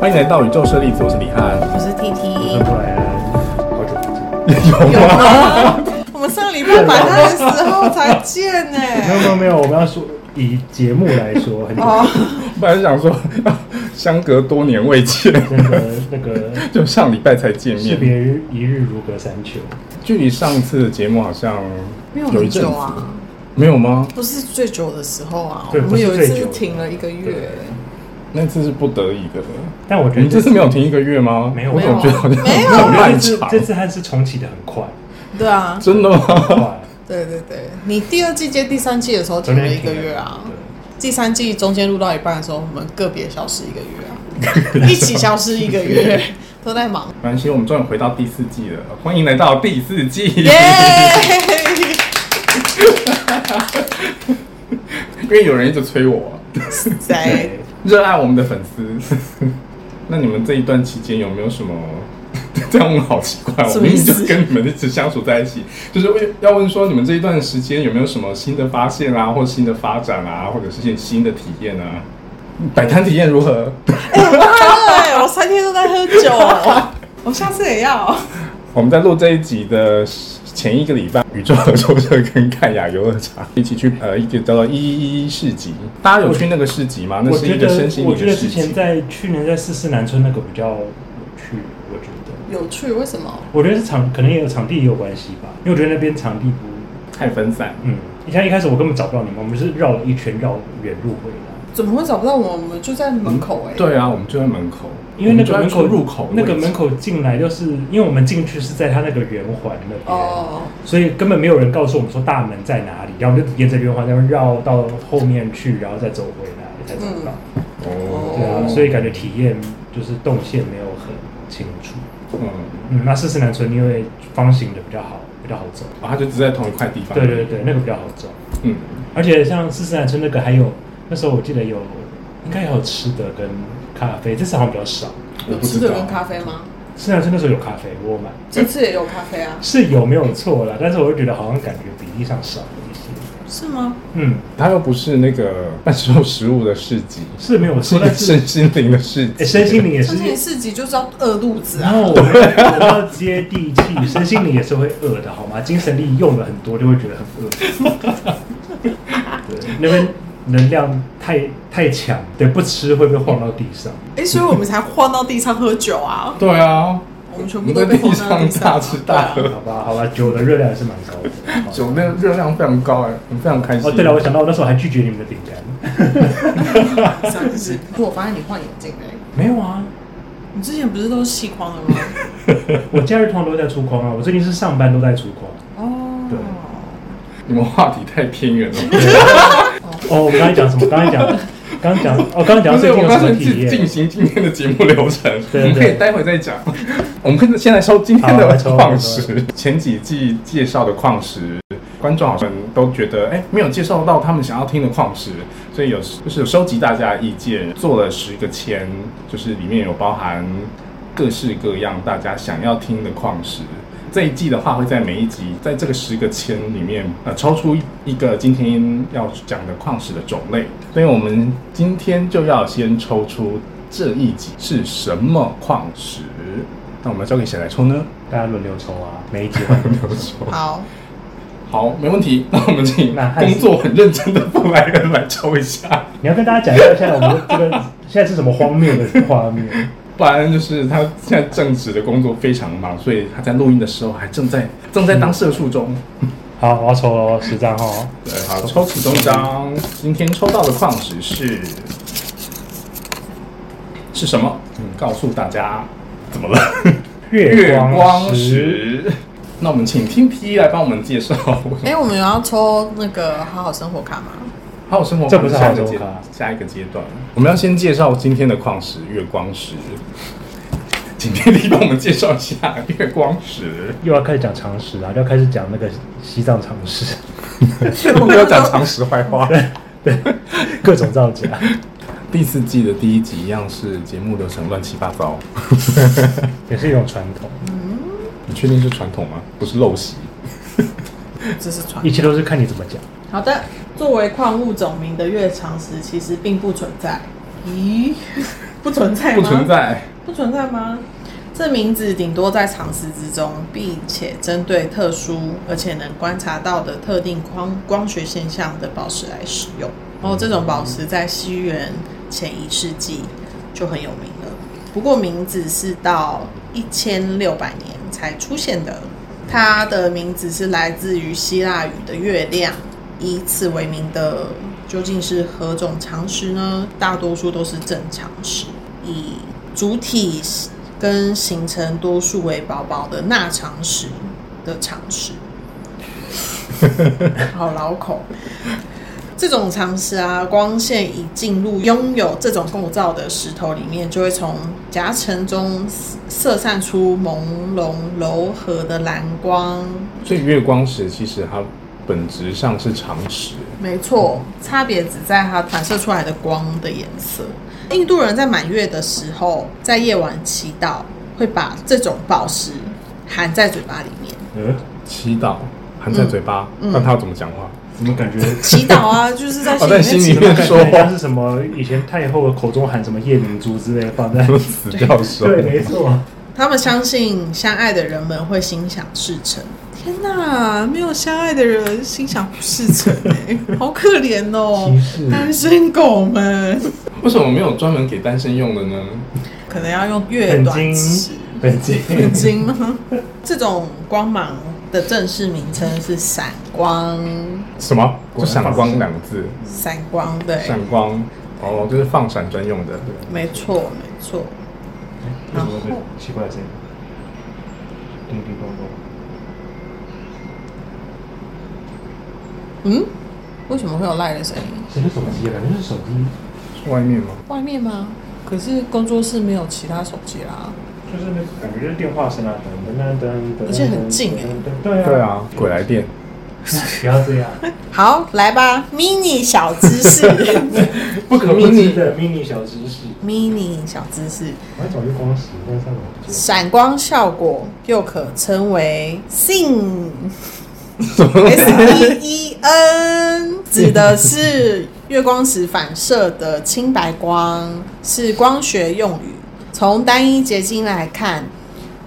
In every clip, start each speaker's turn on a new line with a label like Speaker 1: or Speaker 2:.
Speaker 1: 欢迎来到宇宙设立组，我是李翰。
Speaker 2: 我是 T E T。
Speaker 3: 过来好久啊不见，
Speaker 1: 有吗？
Speaker 2: 我们上礼拜摆烂的时候才见呢、
Speaker 3: 没有没有没有，我们要说以节目来说，很久
Speaker 2: 哦，
Speaker 1: 本来是想说相隔多年未见，
Speaker 3: 那个 那个
Speaker 1: 就上礼拜才见
Speaker 3: 士
Speaker 1: 面。
Speaker 3: 别日一日如隔三秋，
Speaker 1: 距离上次的节目好像
Speaker 2: 没有
Speaker 1: 有一
Speaker 2: 很
Speaker 1: 阵
Speaker 2: 久
Speaker 1: 子，
Speaker 2: 啊，
Speaker 1: 没有吗？
Speaker 2: 不是最久的时候啊，我
Speaker 3: 对
Speaker 2: 们有一次
Speaker 3: 不是
Speaker 2: 是
Speaker 3: 最久
Speaker 2: 停了一个月，
Speaker 1: 那次是不得已的。
Speaker 3: 但我觉
Speaker 1: 你
Speaker 3: 得
Speaker 1: 这次没有停一个月吗？
Speaker 3: 没有
Speaker 1: 我总觉得好像
Speaker 2: 没
Speaker 1: 比
Speaker 2: 有啊
Speaker 1: 较
Speaker 3: 我觉得这
Speaker 1: 漫
Speaker 3: 次
Speaker 1: 长
Speaker 3: 这。次还是重启的很快，
Speaker 2: 对啊，
Speaker 1: 真的吗？
Speaker 3: 很 快，
Speaker 2: 对对对，你第二季接第三季的时候停
Speaker 3: 中
Speaker 2: 了
Speaker 3: 间
Speaker 2: 一个
Speaker 3: 停了
Speaker 2: 月啊，
Speaker 3: 对
Speaker 2: 第三季中间录到一半的时候，我们个别消失一个月啊，一起消失一个月，都在忙，
Speaker 1: 没关系，我们终于回到第四季了，欢迎来到第四季。
Speaker 2: 耶、
Speaker 1: 因为有人一直催我，
Speaker 2: 谁？
Speaker 1: 热爱我们的粉丝。 那你们这一段期间有没有什么？ 这样问好奇怪哦，
Speaker 2: 什
Speaker 1: 我
Speaker 2: 么
Speaker 1: 明
Speaker 2: 意
Speaker 1: 明
Speaker 2: 思
Speaker 1: 就跟你们一直相处在一起，就是为要问说你们这一段时间有没有什么新的发现啊，或新的发展啊，或者是一些新的体验啊？摆摊体验如何？
Speaker 2: 对，我三天都在喝酒，我下次也要。
Speaker 1: 我们在录这一集的前一个礼拜，宇宙合作社跟盖亚游乐场 一起去呃一个叫做一一一市集，大家有去那个市集吗？那
Speaker 3: 我
Speaker 1: 是
Speaker 3: 觉
Speaker 1: 一个
Speaker 3: 得
Speaker 1: 身心
Speaker 3: 我
Speaker 1: 灵
Speaker 3: 觉
Speaker 1: 的
Speaker 3: 得
Speaker 1: 市
Speaker 3: 之前
Speaker 1: 集。
Speaker 3: 在去年在四四南村那个比较有趣，我觉得
Speaker 2: 有趣，为什么？
Speaker 3: 我觉得是场可能也有场地也有关系吧，因为我觉得那边场地不，
Speaker 1: 太分散，
Speaker 3: 嗯，你像一开始我根本找不到你们，我们是绕了一圈绕远路回来。
Speaker 2: 怎么会找不到我们？我们就在门口哎、
Speaker 1: 对啊，我们就在门口，
Speaker 3: 因为那个门
Speaker 1: 我们
Speaker 3: 口
Speaker 1: 就在出入口的位
Speaker 3: 那
Speaker 1: 置
Speaker 3: 个门口进来就是，因为我们进去是在它那个圆环那边，
Speaker 2: 哦
Speaker 3: 所以根本没有人告诉我们说大门在哪里，然后我们就沿着圆环那边绕到后面去，然后再走回来才找到。
Speaker 1: 哦，
Speaker 3: 对啊，所以感觉体验就是动线没有很清楚。
Speaker 1: 嗯，
Speaker 3: 嗯，那四十南村因为方形的比较好，比较好走。
Speaker 1: 啊，它就只在同一块地方。
Speaker 3: 对对，对，那个比较好走。
Speaker 1: 嗯，
Speaker 3: 而且像四十南村那个还有，那时候我记得有应该有吃的跟咖啡，这次好像比较少。
Speaker 1: 我
Speaker 2: 有
Speaker 1: 不
Speaker 2: 吃
Speaker 1: 知
Speaker 2: 的
Speaker 1: 道
Speaker 2: 跟咖啡吗？
Speaker 3: 四十南村那时候有咖啡，我有买。
Speaker 2: 这次也有咖啡啊？
Speaker 3: 是有没有错啦，但是我就觉得好像感觉比例上少了一些。
Speaker 2: 是吗？
Speaker 3: 嗯，
Speaker 1: 它又不是那个贩售食物的市集，
Speaker 3: 是没有
Speaker 1: 是
Speaker 3: 错，
Speaker 1: 一个
Speaker 3: 但是、
Speaker 1: 身心灵的市集。
Speaker 3: 欸、身心灵也是
Speaker 2: 相。信四级就知道饿肚子啊。
Speaker 3: 然后我们我们要接地气，身心灵也是会饿的，好吗？精神力用了很多，就会觉得很饿。对，那边能量太太强，对，不吃会被晃到地上。
Speaker 2: 哎、所以我们才晃到地上喝酒啊。
Speaker 1: 对啊，
Speaker 2: 我们全部都被晃到地上、啊，
Speaker 1: 我们在地上大吃大喝
Speaker 2: 对啊
Speaker 3: 好吧，好吧，酒的热量还是蛮高的。好
Speaker 1: 酒那个热量非常高哎，我非常开心。
Speaker 3: 哦，对了，我想到我那时候还拒绝你们的饼干，
Speaker 2: 上一次，啊不过我发现你换眼镜哎、
Speaker 3: 没有啊，
Speaker 2: 你之前不是都是细框的吗？
Speaker 3: 我假日通常都在出框啊，我最近是上班都在出框。对
Speaker 2: 哦，
Speaker 1: 你们话题太偏 远了。
Speaker 3: 哦，我刚才讲什么？刚才讲， 刚刚讲，哦，刚才
Speaker 1: 不
Speaker 3: 讲到
Speaker 1: 是，
Speaker 3: 最近
Speaker 1: 我
Speaker 3: 有
Speaker 1: 刚
Speaker 3: 什
Speaker 1: 才
Speaker 3: 么
Speaker 1: 进
Speaker 3: 体
Speaker 1: 进
Speaker 3: 验？
Speaker 1: 行今天的节目流程，
Speaker 3: 对
Speaker 1: 我们可以
Speaker 3: 对
Speaker 1: 待会再讲。 我们可以先来收今天
Speaker 3: 好啊
Speaker 1: 的
Speaker 3: 来抽
Speaker 1: 矿石。前几季介绍的矿石，观众好像都觉得哎、没有介绍到他们想要听的矿石，所以有就是有收集大家的意见，做了十个签，就是里面有包含各式各样大家想要听的矿石。这一季的话，会在每一集，在这个十个签里面，呃，抽出一个今天要讲的矿石的种类。所以我们今天就要先抽出这一集是什么矿石。那我们交给谁来抽呢？
Speaker 3: 大家轮流抽啊，每一集换轮流抽。
Speaker 2: 好，
Speaker 1: 好，没问题。 那我们请
Speaker 3: 那还
Speaker 1: 工
Speaker 3: 是
Speaker 1: 作很认真的布莱恩来抽一下。
Speaker 3: 你要跟大家讲一下现在我们这个现在是什么荒谬的画面？
Speaker 1: 布莱恩就是他现在正职的工作非常忙，所以他在录音的时候还正在正在当社畜中。
Speaker 3: 好，我要抽喽，十张哦。
Speaker 1: 嗯对，好，抽其中一张。今天抽到的矿石是是什么？嗯，告诉大家怎么了？
Speaker 3: 月 光石，
Speaker 1: 石。那我们请 T T 来帮我们介绍。
Speaker 2: 哎、我们有要抽那个好好生活卡 吗？
Speaker 1: 好有生活，
Speaker 3: 这不是
Speaker 1: 下
Speaker 3: 好
Speaker 1: 一个
Speaker 3: 生活
Speaker 1: 阶
Speaker 3: 卡
Speaker 1: 下一个阶段，我们要先介绍今天的矿石月光 石。请 T T 帮我们介绍一下月光石。
Speaker 3: 又要开始讲常识啊，又要开始讲那个西藏常识，
Speaker 1: 我们要讲常识坏话。
Speaker 3: 各种造假。
Speaker 1: 第四季的第一集一样是节目流程乱七八糟。
Speaker 3: 也是一种传统，
Speaker 1: 你确定是传统吗？不是陋习。
Speaker 2: 这是传
Speaker 3: 一切都是看你怎么讲。
Speaker 2: 好的，作为矿物种名的月长石其实并不存在。咦， 不存在
Speaker 1: 不
Speaker 2: 吗？
Speaker 1: 存，在。
Speaker 2: 不存在吗？这名字顶多在常识之中，并且针对特殊而且能观察到的特定光光学现象的宝石来使用。然后这种宝石在西元前一世纪就很有名了，不过名字是到一千六百年才出现的。它的名字是来自于希腊语的“月亮”，以此为名的究竟是何种常识呢？大多数都是正常识，以主体跟形成多数为薄薄的钠常识的常识。 好老口。这种常识啊，光线一进入拥有这种构造的石头里面，就会从夹层中射散出朦胧柔和的蓝光。
Speaker 1: 所以月光石其实它本质上是常识，
Speaker 2: 没错，差别只在它反射出来的光的颜色。印度人在满月的时候，在夜晚祈祷，会把这种宝石含在嘴巴里面。
Speaker 3: 嗯，
Speaker 1: 祈祷含在嘴巴，
Speaker 2: 嗯嗯
Speaker 1: 那他要怎么讲话？
Speaker 3: 怎么感觉？
Speaker 2: 祈祷啊，就是在
Speaker 1: 哦在
Speaker 2: 心
Speaker 1: 心
Speaker 2: 里
Speaker 1: 里
Speaker 2: 面祈
Speaker 1: 面
Speaker 2: 祷。
Speaker 3: 怎么
Speaker 1: 说。
Speaker 3: 感觉像是什么以前太后口中喊什么夜明珠之类的 放在
Speaker 1: 死教授，
Speaker 3: 对，没错，
Speaker 2: 他们相信相爱的人们会心想事成。天哪，没有相爱的人心想事成 哎、好可怜哦
Speaker 3: 歧，视
Speaker 2: 单身狗们。
Speaker 1: 为什么没有专门给单身用的呢？
Speaker 2: 可能要用月
Speaker 3: 本
Speaker 2: 短
Speaker 3: 金
Speaker 2: 尺。，
Speaker 3: 本金，
Speaker 2: 眼睛 吗？这种光芒的正式名称是闪光，
Speaker 1: 什么？就
Speaker 3: 果然
Speaker 1: 闪
Speaker 3: 放
Speaker 1: 光
Speaker 3: 闪
Speaker 1: 两个字，
Speaker 2: 闪光对，
Speaker 1: 闪光哦，就是放闪专用的。
Speaker 2: 没错没错。然后
Speaker 3: 奇怪的声音，叮叮咚咚，
Speaker 2: 嗯，为什么会有赖的声音？
Speaker 3: 谁的手机啊？感觉是手机，
Speaker 1: 是外面吗？
Speaker 2: 外面吗？可是工作室没有其他手机啦。
Speaker 3: 就是那感觉就是电话声啊，噔噔噔噔噔，
Speaker 2: 而且很近哎
Speaker 3: 噔，对啊，
Speaker 1: 对啊，鬼来电。
Speaker 3: 不要这样，
Speaker 2: 好，来吧，mini 小知 识。
Speaker 1: 不可
Speaker 3: 秘
Speaker 1: 秘
Speaker 3: 密
Speaker 1: 密
Speaker 3: 的秘密小知识，
Speaker 2: mini 小知识，
Speaker 3: 我要找月光石，但是它怎么不见
Speaker 2: 闪光效果又可称为 sin
Speaker 1: 什么
Speaker 2: s e e n，指的是月光石反射的清白光，是光学用语。从单一结晶来看，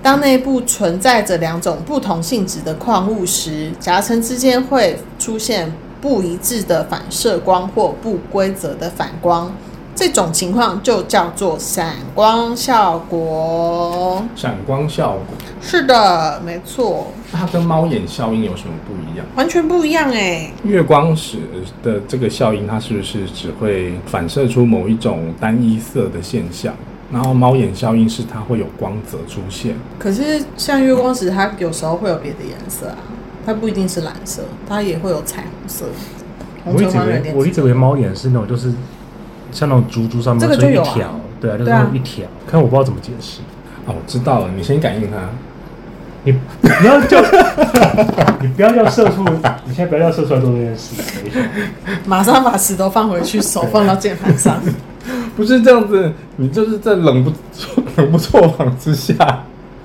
Speaker 2: 当内部存在着两种不同性质的矿物时，夹层之间会出现不一致的反射光或不规则的反光。这种情况就叫做闪光效果。
Speaker 1: 闪光效果？
Speaker 2: 是的，没错，
Speaker 1: 它跟猫眼效应有什么不一样？
Speaker 2: 完全不一样哎、
Speaker 1: 月光石的这个效应，它是不是只会反射出某一种单一色的现象？然后猫眼效应是它会有光泽出现，
Speaker 2: 可是像月光石，它有时候会有别的颜色啊，它不一定是蓝色，它也会有彩虹色、红
Speaker 3: 我一
Speaker 2: 橙
Speaker 3: 直
Speaker 2: 黄绿
Speaker 3: 以为
Speaker 2: 点
Speaker 3: 我一直以为猫眼是那种就是像那种珠珠上面
Speaker 2: 这个
Speaker 3: 所以
Speaker 2: 就有
Speaker 3: 一
Speaker 2: 啊
Speaker 3: 条，对啊，就是
Speaker 2: 对啊
Speaker 3: 那种一条，看我不知道怎么解释。
Speaker 1: 哦，我知道了，你先感应它。
Speaker 3: 你不要叫，你不要叫社畜，你现在不要叫社畜来做这件事，没错
Speaker 2: 马上把石头放回去，手放到键盘 上。
Speaker 1: 不是这样子，你就是在冷不 冷不错防之下，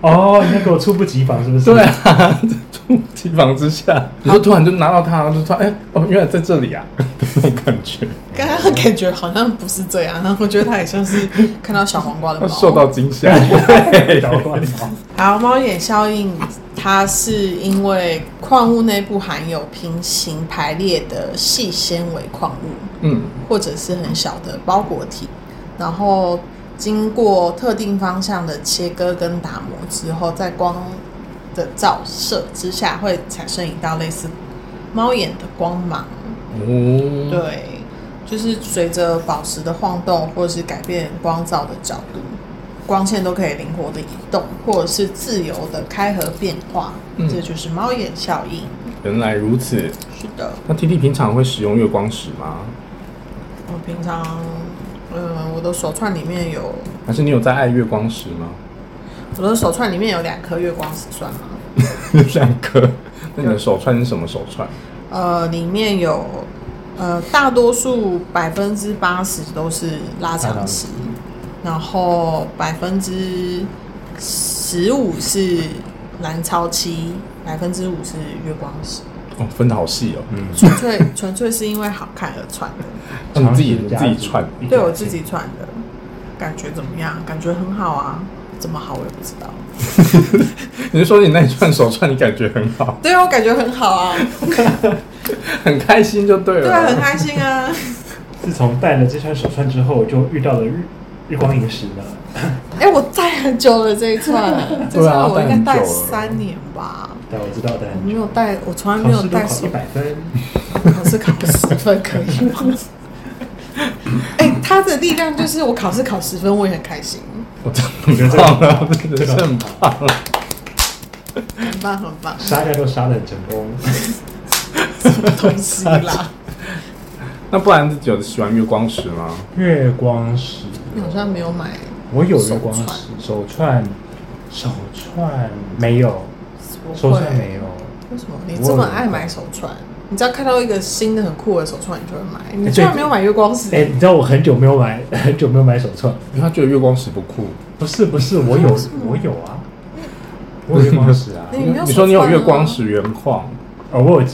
Speaker 3: 哦，你要给我猝不及防是不是？
Speaker 1: 对啊，在冲击防之下，你就突然就拿到它，然后就说，哎、哦，原来在这里啊，这种感觉，
Speaker 2: 刚刚的感觉好像不是这样，然后我觉得它也像是看到小黄瓜的
Speaker 1: 它
Speaker 2: 猫。
Speaker 1: 受到惊吓。
Speaker 3: 小光头
Speaker 2: 好，猫眼效应，它是因为矿物内部含有平行排列的细纤维矿物，
Speaker 1: 嗯，
Speaker 2: 或者是很小的包裹体，然后经过特定方向的切割跟打磨之后，在光的照射之下，会产生一道类似猫眼的光芒。
Speaker 1: 哦，
Speaker 2: 对，就是随着宝石的晃动，或者是改变光照的角度，光线都可以灵活的移动，或者是自由的开合变化。
Speaker 1: 嗯
Speaker 2: 这就是猫眼效应。
Speaker 1: 原来如此。
Speaker 2: 是的。
Speaker 1: 那 T T 平常会使用月光石吗？
Speaker 2: 我平常，嗯，我的手串里面有，
Speaker 1: 还是你有在爱月光石吗？
Speaker 2: 我的手串里面有两颗月光石算吗？
Speaker 1: 有 两颗。那你的手串是什么手串？
Speaker 2: 呃，里面有，呃，大多数百分之八十都是拉长石，然后百分之十五是蓝超漆，百分之五是月光 石，
Speaker 1: 哦，分的好细哦。嗯，
Speaker 2: 纯粹 纯粹是因为好看而穿的，
Speaker 1: 那你自己你自己串，
Speaker 2: 对我自己穿的。感觉怎么样？感觉很好啊，怎么好我也不知道。
Speaker 1: 你是说你那一串手串你感觉很好，
Speaker 2: 对啊，我感觉很好啊，
Speaker 1: 很开心就 对了。
Speaker 2: 对啊，很开心啊。
Speaker 3: 自从戴了这串手串之后，我就遇到了日日光饮食了。
Speaker 2: 哎、我戴很久了这一串，这
Speaker 1: 对啊
Speaker 2: 串我应该
Speaker 1: 戴
Speaker 2: 戴
Speaker 1: 很久了
Speaker 2: 三年吧。
Speaker 3: 但我知道的
Speaker 2: 我，没有戴，我从来没
Speaker 3: 考
Speaker 2: 有
Speaker 3: 试都
Speaker 2: 戴
Speaker 3: 考
Speaker 2: 手
Speaker 3: 一百分，
Speaker 2: 考试考十分可以吗？ 哎、他的力量就是我考试考十分，我也很开心，
Speaker 1: 我真的很棒了，真的是很棒啊了。
Speaker 2: 很棒很棒，
Speaker 3: 杀价都杀的很成功。
Speaker 2: 什么东西啦？
Speaker 1: 那不然有喜欢月光石吗？
Speaker 3: 月光石，
Speaker 2: 你好像没有买
Speaker 3: 我有
Speaker 2: 手
Speaker 3: 月光石，手串，手串没有，
Speaker 2: 手
Speaker 3: 手
Speaker 2: 串欸
Speaker 3: 串，没有。
Speaker 2: 为什么你这么爱买手串？你只要看到一个新的很酷的手串，你就会买。你居然没有买月光石？
Speaker 3: 哎、你知道我很久没有买，很久没有买手串。
Speaker 1: 因为他觉得月光石不酷。
Speaker 3: 不是不是，我有
Speaker 2: 为什么
Speaker 3: 我有啊， 我有月光石啊，
Speaker 2: 你没有手串啊
Speaker 1: 你说你有月光石原矿，
Speaker 3: 哦，我有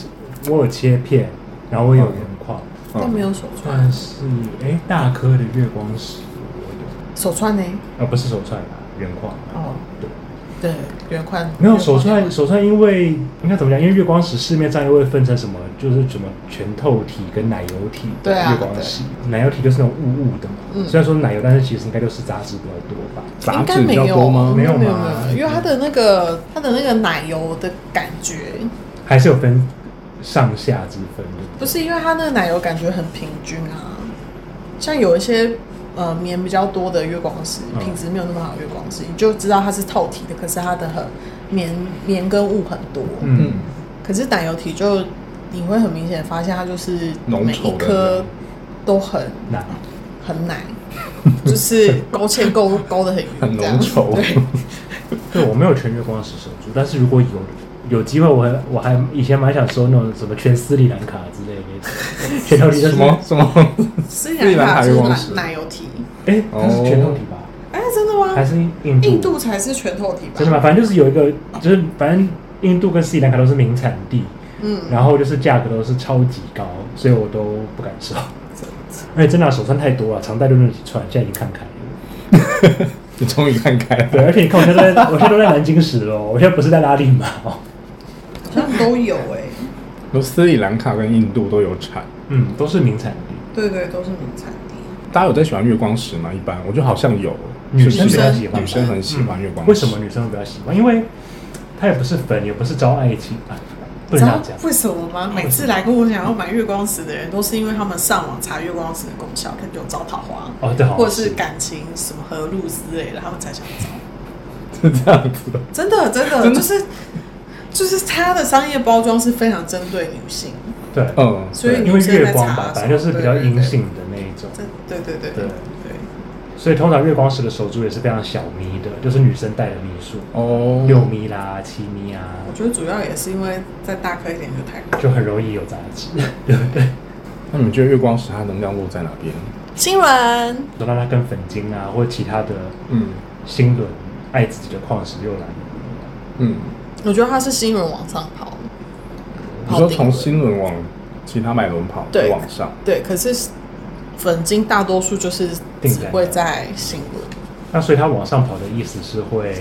Speaker 3: 我有切片，然后我有原矿，
Speaker 1: 啊
Speaker 2: 但没有手串，
Speaker 3: 算是哎、大颗的月光石，我有
Speaker 2: 手串呢？
Speaker 3: 啊不是手串啊，原矿。
Speaker 2: 哦，
Speaker 3: 对，
Speaker 2: 对，月光
Speaker 3: 没有手串，手串因为应该怎么讲？因为月光石市面上又会分成什么，就是什么拳头体跟奶油体的
Speaker 2: 对啊
Speaker 3: 月光石，奶油体就是那种雾雾的嘛。
Speaker 2: 嗯
Speaker 3: 虽然说奶油，但是其实应该都是杂质比较多吧。
Speaker 1: 杂
Speaker 2: 应该
Speaker 1: 质比
Speaker 2: 没
Speaker 1: 较
Speaker 2: 有，
Speaker 1: 多吗？
Speaker 2: 应该没
Speaker 3: 没
Speaker 2: 有
Speaker 3: 有
Speaker 2: 没
Speaker 3: 吗
Speaker 2: 有，因为它的那个它的那个奶油的感觉，
Speaker 3: 还是有分上下之分的。
Speaker 2: 不是因为它那个奶油感觉很平均啊，像有一些呃棉比较多的月光石，
Speaker 3: 嗯
Speaker 2: 品质没有那么好的月光石，你就知道它是透体的，可是它的很棉棉跟雾很多，
Speaker 1: 嗯
Speaker 3: 嗯，
Speaker 2: 可是奶油体就你会很明显地发现它就是
Speaker 1: 浓
Speaker 2: 每
Speaker 1: 稠的
Speaker 2: 一颗都很
Speaker 3: 奶
Speaker 2: 很 奶，就是勾芡勾勾的很匀，
Speaker 1: 很
Speaker 2: 这样
Speaker 1: 浓稠
Speaker 2: 对，
Speaker 3: 对我没有全月光石手珠，但是如果有有机会，我还我还以前蛮想收那种什么全斯里兰卡之类的， 全头体就是
Speaker 1: 什么？ 什么？
Speaker 2: 斯 里兰卡
Speaker 1: 斯里兰卡月光
Speaker 2: 啊是
Speaker 1: 石
Speaker 2: 奶奶油体，
Speaker 3: 哎、它是全头体吧？
Speaker 2: 哎，真的吗？
Speaker 3: 还是印度？
Speaker 2: 印度才是全透体吧？
Speaker 3: 真的吗？？反正就是有一个，就是反正印度跟斯里兰卡都是名产地，
Speaker 2: 嗯，
Speaker 3: 然后就是价格都是超级高，所以我都不敢收。 而且真的啊、手串太多了，常戴就那几串，现在已经看开了。
Speaker 1: 你终于看开
Speaker 3: 对，
Speaker 1: 了。
Speaker 3: 而且你看我现在都在，我现在都在南京市哦，我现在不是在拉力马哦。
Speaker 2: 好像都有哎、
Speaker 1: 有斯里兰卡跟印度都有产。
Speaker 3: 嗯，都是名产地，
Speaker 2: 对对，都是名产地。
Speaker 1: 大家有在喜欢月光石吗？一般我觉得好像有，
Speaker 3: 女
Speaker 1: 是
Speaker 3: 生
Speaker 1: 不
Speaker 3: 比
Speaker 1: 是
Speaker 3: 较喜欢吧，
Speaker 1: 女生很喜欢月光石。
Speaker 3: 嗯为什么女生会比较喜欢？因为它也不是粉，也不是招爱情啊，不
Speaker 2: 你知
Speaker 3: 能这
Speaker 2: 道
Speaker 3: 样讲。
Speaker 2: 为什么吗？每次来跟我讲要买月光石的人，都是因为他们上网查月光石的功效，可能有招桃花，
Speaker 3: 哦，对，好
Speaker 2: 或者是感情什么和路之类的，他们才想招。
Speaker 1: 是 这样子的？
Speaker 2: 真的，真的，
Speaker 1: 真的
Speaker 2: 就是就是它的商业包装是非常针对女性，
Speaker 3: 对，
Speaker 1: 嗯，
Speaker 2: 所以
Speaker 1: 对
Speaker 3: 因为月光吧，本来就是比较
Speaker 2: 对对对
Speaker 3: 阴性的那一种，
Speaker 2: 这对对对
Speaker 3: 对
Speaker 2: 对。
Speaker 3: 所以通常月光石的手珠也是非常小咪的，就是女生戴的咪数，
Speaker 2: 嗯
Speaker 1: 哦，
Speaker 3: 六咪啦、七咪啊，
Speaker 2: 我觉得主要也是因为再大颗一点就太贵。
Speaker 3: 就很容易有杂 质，对不对？
Speaker 1: 那你们觉得月光石它能量落在哪边？
Speaker 2: 新闻，
Speaker 3: 等到它跟粉晶啊或者其他的
Speaker 1: 嗯
Speaker 3: 星轮爱自己的矿石又来了，
Speaker 1: 嗯，
Speaker 2: 我觉得它是新闻往上跑。
Speaker 1: 你说从新轮往其他买轮跑
Speaker 2: 对
Speaker 1: 往上，
Speaker 2: 对，可是粉晶大多数就是只会在新闻，
Speaker 3: 那所以它往上跑的意思是会。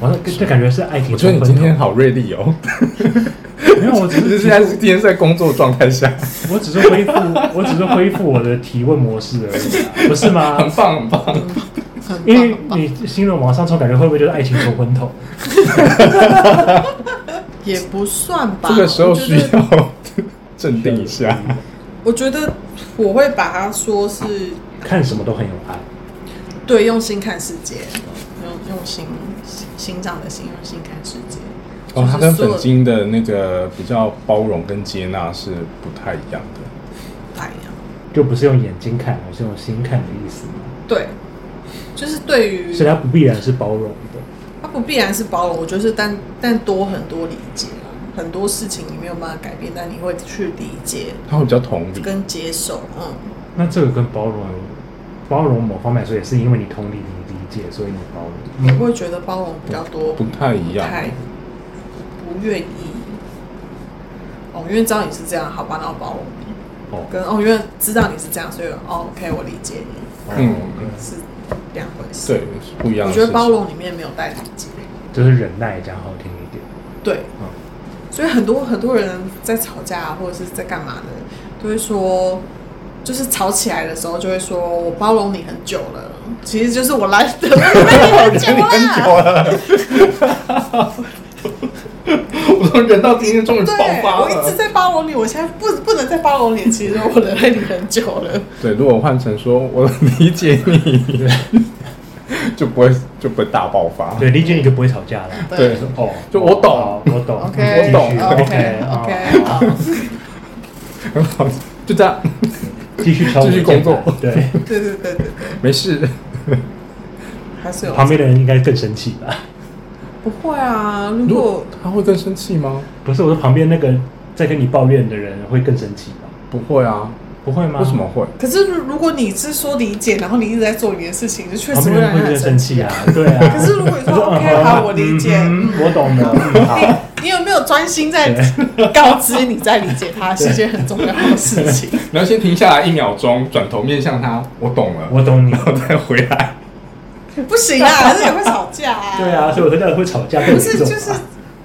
Speaker 3: 往上，这感觉是爱情
Speaker 1: 我觉得
Speaker 3: 冲
Speaker 1: 你
Speaker 3: 昏头。
Speaker 1: 今天好锐利哦，
Speaker 3: 没有，我 只
Speaker 1: 只是
Speaker 3: 是
Speaker 1: 现在是今天是在工作状态下，
Speaker 3: 我只是恢复，我只是恢复我的提问模式而已、啊，不是吗？
Speaker 1: 很棒很棒。
Speaker 2: 很棒
Speaker 3: 因为
Speaker 2: 很棒
Speaker 3: 你新人往上冲，感觉会不会就是爱情冲昏头？
Speaker 2: 也不算吧。
Speaker 1: 这个时候
Speaker 2: 我
Speaker 1: 需
Speaker 2: 觉得，
Speaker 1: 要 镇定一下，
Speaker 2: 我觉得我会把它说是
Speaker 3: 看什么都很有爱，
Speaker 2: 对，用心看世界，用用心心心脏的心，用心看世界。
Speaker 1: 哦，它
Speaker 2: 就
Speaker 1: 跟
Speaker 2: 是所有
Speaker 1: 粉晶的那个比较包容跟接纳是不太一样的。
Speaker 2: 不太一样。
Speaker 3: 就不是用眼睛看，而是用心看的意思嘛。
Speaker 2: 对，就是对于
Speaker 3: 所以它不必然是包容的。
Speaker 2: 它不必然是包容，我觉得是但但多很多理解啊，很多事情你没有办法改变，但你会去理解
Speaker 1: 它会比较同理，
Speaker 2: 跟接受，嗯，
Speaker 3: 那这个跟包容有，包容某方面来说，也是因为你同理、你理解，所以你包容。
Speaker 2: 你
Speaker 1: 嗯
Speaker 2: 会觉得包容比较多，
Speaker 1: 不太一样。
Speaker 2: 太不愿意。哦，因为知道你是这样，好吧，那我包容你。
Speaker 3: 哦，
Speaker 2: 跟哦，因为知道你是这样，所以哦，OK，我理解你，
Speaker 1: 嗯
Speaker 3: 哦
Speaker 2: 是两回事。
Speaker 1: 对，是不一样
Speaker 2: 我
Speaker 1: 的事情。
Speaker 2: 觉得包容里面没有带理解，
Speaker 3: 就是忍耐讲好听一点。
Speaker 2: 对，
Speaker 1: 嗯
Speaker 2: 所以很多很多人在吵架啊或者是在干嘛的，都会说，就是吵起来的时候就会说我包容你很久了，其实就是我来 得
Speaker 1: 我
Speaker 2: 很
Speaker 1: 忍
Speaker 2: 久
Speaker 1: 你 很久
Speaker 2: 了。
Speaker 1: 了。 我说忍到今天终于爆
Speaker 2: 对，
Speaker 1: 发
Speaker 2: 我一直
Speaker 1: 了。
Speaker 2: 在包容你，我现在不不能再包容你，其实我忍耐你很久了。
Speaker 1: 对，如果换成说我理解你， 就不会就不会大爆发。
Speaker 3: 对，理解你就不会吵架了。
Speaker 1: 对
Speaker 3: 就是哦，
Speaker 1: 就我懂
Speaker 3: 好我懂，
Speaker 2: OK，
Speaker 1: 我懂
Speaker 3: 继续哦
Speaker 2: OK
Speaker 3: 好
Speaker 2: OK，好，
Speaker 1: 很好，就这样，
Speaker 3: 继续敲我
Speaker 1: 继续工作
Speaker 3: 对，
Speaker 2: 对对对对对，
Speaker 1: 没事。
Speaker 2: 还是有
Speaker 3: 旁边的人应该更生气吧？
Speaker 2: 不会啊，如
Speaker 1: 如
Speaker 2: 果
Speaker 1: 果他会更生气吗？
Speaker 3: 不是，我说旁边那个在跟你抱怨的人会更生气吧？
Speaker 1: 不会啊，
Speaker 3: 不会吗？
Speaker 1: 为什么？会？
Speaker 2: 可是如如果你是说理解，然后你一直在做你的事情，就确实
Speaker 3: 旁
Speaker 2: 会
Speaker 3: 边
Speaker 2: 让
Speaker 3: 人
Speaker 2: 人
Speaker 3: 会
Speaker 2: 很
Speaker 3: 更生
Speaker 2: 生
Speaker 3: 气
Speaker 2: 气
Speaker 3: 啊
Speaker 2: 啊。，
Speaker 3: 对啊。
Speaker 2: 可是如果你 说 OK，
Speaker 3: 嗯
Speaker 2: 好，我理解，
Speaker 3: 嗯我懂的，嗯 好。
Speaker 2: 你有没有专心在告知你在理解他是一件很重要的事 情？
Speaker 1: 你要先停下来一秒钟，转头面向他，我懂了，
Speaker 3: 我懂你
Speaker 1: 然。后再回来。
Speaker 2: 不行啊，这也会吵架啊。
Speaker 3: 对，啊，所以我说那人会吵架，
Speaker 2: 不
Speaker 3: 更
Speaker 2: 是就
Speaker 3: 严重
Speaker 2: 是
Speaker 3: 吧。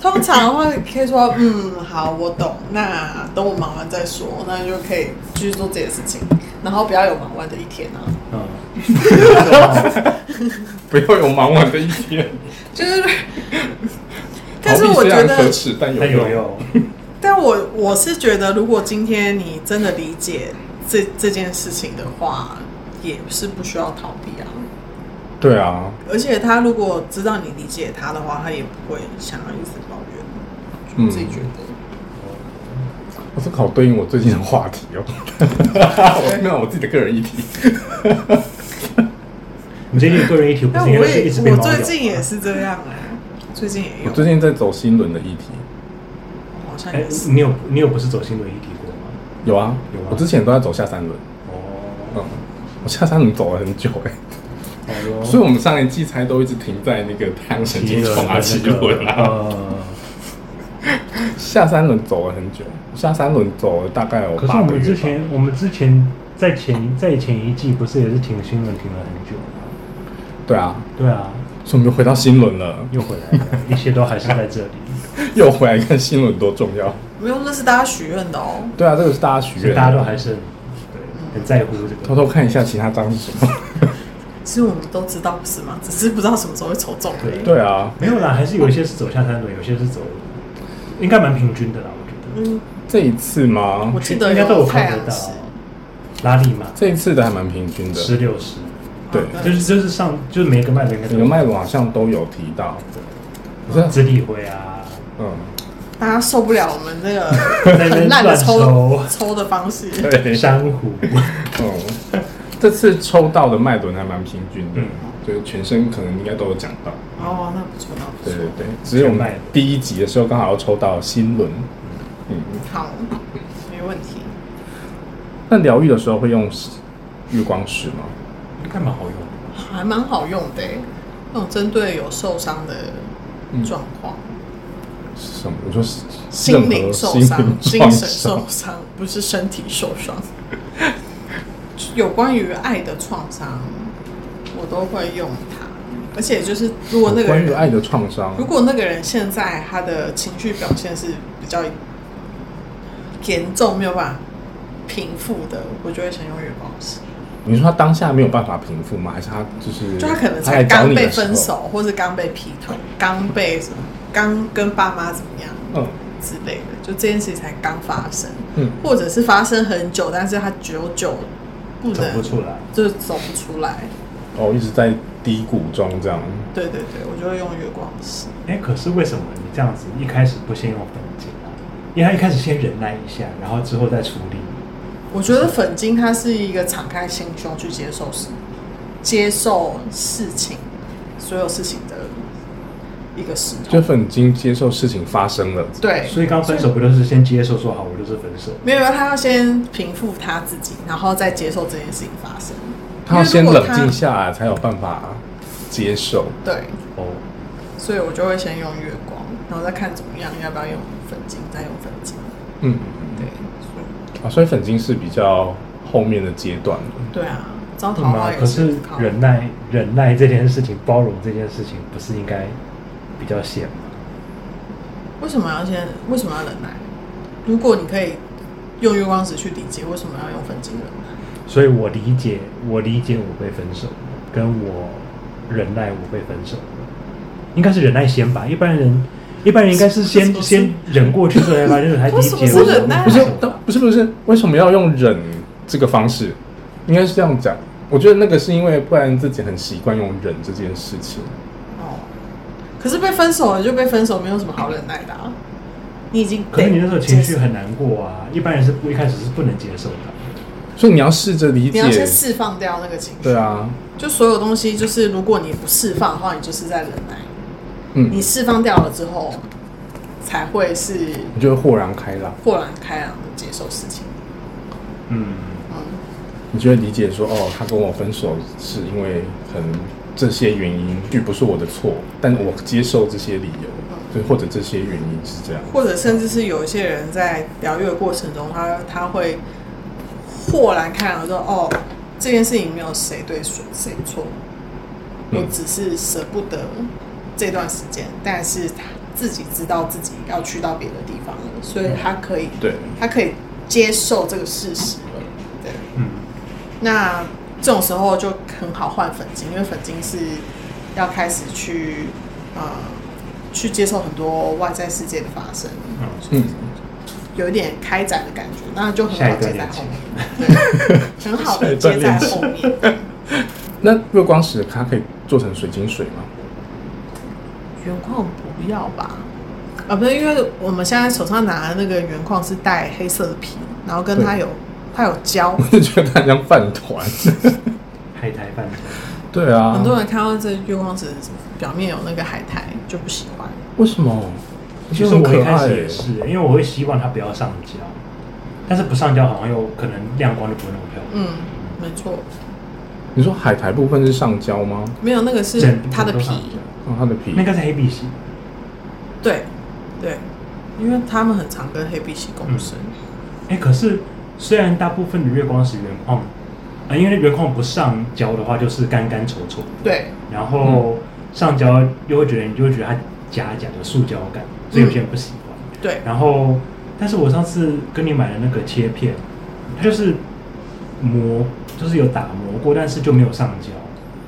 Speaker 2: 通常的话可以说，嗯，好，我懂，那等我忙完再说，那就可以继续做自己的事情，然后不要有忙完的一天啊。
Speaker 3: 嗯，
Speaker 1: 不要有忙完的一天。
Speaker 2: 就是， 但是
Speaker 1: 逃避
Speaker 2: 我
Speaker 1: 虽
Speaker 2: 觉
Speaker 1: 然可
Speaker 2: 得，
Speaker 1: 耻，但有
Speaker 3: 那有
Speaker 1: 用。
Speaker 3: 有，
Speaker 2: 但我我是觉得，如果今天你真的理解这这件事情的话，也是不需要逃避啊。
Speaker 1: 对啊，
Speaker 2: 而且他如果知道你理解他的话，他也不会想要一直抱怨。我
Speaker 1: 嗯
Speaker 2: 自己觉得，
Speaker 1: 我这个好对应我最近的话题 哦。我没有我自己的个人议题。
Speaker 3: 你最近个人议题不
Speaker 2: 但
Speaker 3: 是因
Speaker 2: 我
Speaker 3: 为一直被
Speaker 2: 也我
Speaker 3: 猫咬
Speaker 2: 最近也是这样哎、最近也
Speaker 1: 我
Speaker 2: 有，
Speaker 1: 最近在走新轮的议题。
Speaker 2: 好像
Speaker 3: 哎
Speaker 2: 也是，。
Speaker 3: 你有你有不是走新闻议题过吗？
Speaker 1: 有啊，
Speaker 3: 有啊
Speaker 1: 我之前都在走下三轮。嗯
Speaker 3: 哦，，
Speaker 1: 我下三轮走了很久哎、
Speaker 3: 好哟
Speaker 1: 所以我们上一季猜都一直停在那个太阳神经丛啊、奇轮啊。
Speaker 3: 呃，
Speaker 1: 下三轮走了很久，下三轮走了大概有
Speaker 3: 可是
Speaker 1: 八
Speaker 3: 我
Speaker 1: 个
Speaker 3: 们
Speaker 1: 月
Speaker 3: 之
Speaker 1: 吧。
Speaker 3: 前我们之前在前在前一季不是也是停新闻停了很久吗？
Speaker 1: 对啊，
Speaker 3: 对啊，
Speaker 1: 所以我们又回到新轮了，
Speaker 3: 又回来了，一切都还是在这里，
Speaker 1: 又回来看新轮多重要。
Speaker 2: 没有，那是大家许愿的哦。
Speaker 1: 对啊，这个是大家许
Speaker 3: 所以
Speaker 1: 愿，
Speaker 3: 大家都还是很对很在乎这
Speaker 1: 偷
Speaker 3: 个。
Speaker 1: 偷看一下其他章是什么。
Speaker 2: 其实我们都知道，不是吗？只是不知道什么时候会抽中而已。
Speaker 1: 对啊，
Speaker 3: 没有啦，还是有一些是走下三轮，有些是走，应该蛮平均的啦，我觉得。
Speaker 2: 嗯，
Speaker 1: 这一次吗
Speaker 2: 我？记嗯得
Speaker 3: 应该都有
Speaker 2: 有太
Speaker 3: 看
Speaker 2: 阳
Speaker 3: 得到
Speaker 2: 石，
Speaker 3: 拉力嘛，
Speaker 1: 这一次的还蛮平均的，
Speaker 3: 十六十，
Speaker 1: 对
Speaker 2: 好的
Speaker 3: 就是就是上就是每个脉轮应该都
Speaker 1: 每
Speaker 3: 有
Speaker 1: 个脉轮好像都有提到。我是
Speaker 3: 紫理会 啊，
Speaker 1: 嗯，
Speaker 2: 大家受不了我们那个
Speaker 3: 在那
Speaker 2: 很
Speaker 3: 边
Speaker 2: 烂的
Speaker 3: 乱
Speaker 2: 抽
Speaker 3: 抽
Speaker 2: 抽的方式。
Speaker 1: 对，
Speaker 3: 珊瑚，
Speaker 1: 嗯，这次抽到的脉轮还蛮平均的，
Speaker 3: 嗯
Speaker 1: 就是全身可能应该都有讲到。
Speaker 2: 哦，那不错，那不
Speaker 1: 对
Speaker 2: 错
Speaker 1: 对。对，只有我
Speaker 3: 全
Speaker 1: 们
Speaker 3: 脉轮
Speaker 1: 第一集的时候刚好要抽到心轮。嗯，
Speaker 2: 好，没问题。
Speaker 1: 那疗愈的时候会用月光石吗？
Speaker 3: 应该蛮好用的吧？
Speaker 2: 还蛮好用的欸，那种针对有受伤的
Speaker 3: 嗯
Speaker 2: 状况，
Speaker 1: 是什么？我说是任
Speaker 2: 心
Speaker 1: 何
Speaker 2: 灵受
Speaker 1: 心灵
Speaker 2: 伤、
Speaker 1: 创
Speaker 2: 精神
Speaker 1: 伤
Speaker 2: 受伤，不是身体受伤。 有关于爱的创伤，我都会用它，而且就是如果那个
Speaker 1: 关于
Speaker 2: 人，
Speaker 1: 爱的创伤
Speaker 2: 如，果那个人现在他的情绪表现是比较严重，没有办法平复的，我就会先用月光石。
Speaker 1: 你说他当下没有办法平复吗？还是他就是
Speaker 2: 就他可能
Speaker 1: 来
Speaker 2: 才
Speaker 1: 找
Speaker 2: 刚
Speaker 1: 你的
Speaker 2: 被
Speaker 1: 时候
Speaker 2: 分，手，或是刚被劈腿，刚被什么，刚跟爸妈怎么样
Speaker 1: 嗯
Speaker 2: 之类的，就这件事情才刚发生，
Speaker 1: 嗯，
Speaker 2: 或者是发生很久，但是他久久不
Speaker 3: 走
Speaker 2: 能，
Speaker 3: 不出来，
Speaker 2: 就是走不出来。
Speaker 1: 哦，一直在低谷中这样。
Speaker 2: 对对对，我就会用月光石。
Speaker 3: 哎，可是为什么你这样子一开始不先用粉晶啊？因为他一开始先忍耐一下，然后之后再处理。
Speaker 2: 我觉得粉晶它是一个敞开心胸去接受事、接受事情、所有事情的一个石头
Speaker 1: 就。粉晶接受事情发生了，
Speaker 2: 对，
Speaker 3: 所以刚分手不就是先接受说好我就是分手？
Speaker 2: 没有，他要先平复他自己，然后再接受这件事情发生。
Speaker 1: 他要先
Speaker 2: 因为如果
Speaker 1: 冷
Speaker 2: 他
Speaker 1: 静下来，才有办法接受。
Speaker 2: 对，
Speaker 3: 哦，
Speaker 2: 所以我就会先用月光，然后再看怎么样，要不要用粉晶，再用粉晶。
Speaker 1: 嗯，哦
Speaker 2: 对，所以
Speaker 1: 啊，所以粉晶是比较后面的阶段的。
Speaker 2: 对啊，招
Speaker 3: 对
Speaker 2: 桃
Speaker 3: 吗
Speaker 2: 花？也
Speaker 3: 可是
Speaker 2: 靠
Speaker 3: 忍耐、忍耐这件事情，包容这件事情，不是应该比较显吗？
Speaker 2: 为什么要先？为什么要忍耐？如果你可以用月光石去理解，为什么要用粉晶忍耐？
Speaker 3: 所以我理解，我理解我被分手，跟我忍耐我被分手，应该是忍耐先吧。一般人，一般人应该是先
Speaker 2: 什么
Speaker 3: 先忍过去之后才发现才理
Speaker 2: 为什么
Speaker 3: 解
Speaker 2: 是
Speaker 3: 我
Speaker 2: 忍耐
Speaker 3: 不
Speaker 1: 不
Speaker 3: 是啊
Speaker 1: 是，但不是不是，为什么要用忍这个方式？应该是这样讲。我觉得那个是因为不然自己很习惯用忍这件事情。
Speaker 2: 哦，可是被分手了就被分手，没有什么好忍耐的啊！你已经
Speaker 3: 可是你那时候情
Speaker 2: 接
Speaker 3: 绪
Speaker 2: 受
Speaker 3: 很难过啊，一般人是不一开始是不能接受的。
Speaker 1: 所以你要试着理
Speaker 2: 你
Speaker 1: 解
Speaker 2: 要，先释放掉那个情绪。
Speaker 1: 对，啊，
Speaker 2: 就所有东西，就是如果你不释放的话，你就是在忍耐。
Speaker 1: 嗯，
Speaker 2: 你释放掉了之后，才会是
Speaker 1: 你就会豁然开朗，
Speaker 2: 豁然开朗的接受事情。
Speaker 3: 嗯，
Speaker 2: 嗯，
Speaker 1: 你就会理解说，哦，他跟我分手是因为很这些原因，并不是我的错，但我接受这些理由，对，或者这些原因是这样。
Speaker 2: 嗯或者甚至是有一些人在疗愈的过程中，他他会豁然开朗地说：“哦，这件事情没有谁对谁谁错，
Speaker 1: 嗯
Speaker 2: 我只是舍不得这段时间，但是他自己知道自己要去到别的地方了，所以他可以，
Speaker 1: 对，
Speaker 2: 他可以接受这个事实了。”对。
Speaker 3: 嗯，
Speaker 2: 那这种时候就很好换粉晶，因为粉晶是要开始去呃去接受很多外在世界的发生，
Speaker 1: 嗯，
Speaker 2: 有一点开展的感觉，那就很
Speaker 3: 下
Speaker 2: 好
Speaker 3: 一段
Speaker 2: 接在
Speaker 3: 恋
Speaker 2: 后
Speaker 3: 情
Speaker 2: 面，对， 很好的接在后面。
Speaker 1: 那月光石它可以做成水晶水吗？
Speaker 2: 原矿不要吧？啊，不是，因为我们现在手上拿的那个原矿是带黑色的皮，然后跟它
Speaker 1: 对
Speaker 2: 有它有胶
Speaker 3: 啊
Speaker 1: 我，就觉得它很像饭团。
Speaker 3: 海苔饭团，
Speaker 1: 对啊，
Speaker 2: 很多人看到这月光石表面有那个海苔就不喜欢。
Speaker 1: 为什么？我
Speaker 3: 其
Speaker 1: 觉
Speaker 3: 实
Speaker 1: 得很
Speaker 3: 我一
Speaker 1: 可
Speaker 3: 开
Speaker 1: 爱
Speaker 3: 始
Speaker 1: 耶
Speaker 3: 也，是，因为我会希望它不要上胶，但是不上胶好像又可能亮光就不会那么漂亮。
Speaker 2: 嗯，没错。
Speaker 1: 你说海苔部分是上胶吗？
Speaker 2: 没有，那个是
Speaker 3: 整
Speaker 2: 它的
Speaker 3: 整
Speaker 2: 皮
Speaker 3: 个，上胶
Speaker 1: 哦，它的皮
Speaker 3: 那。个是黑碧玺，
Speaker 2: 对对，因为他们很常跟黑碧玺共生，
Speaker 3: 哎、可是虽然大部分的月光石原矿，啊、因为原矿不上胶的话就是干干稠稠，
Speaker 2: 对，
Speaker 3: 然后上胶又会觉得你就会觉得它假假的塑胶感，所以有些人不喜欢。
Speaker 2: 对
Speaker 3: 然后，但是我上次跟你买的那个切片，它就是磨，就是有打磨过，但是就没有上胶。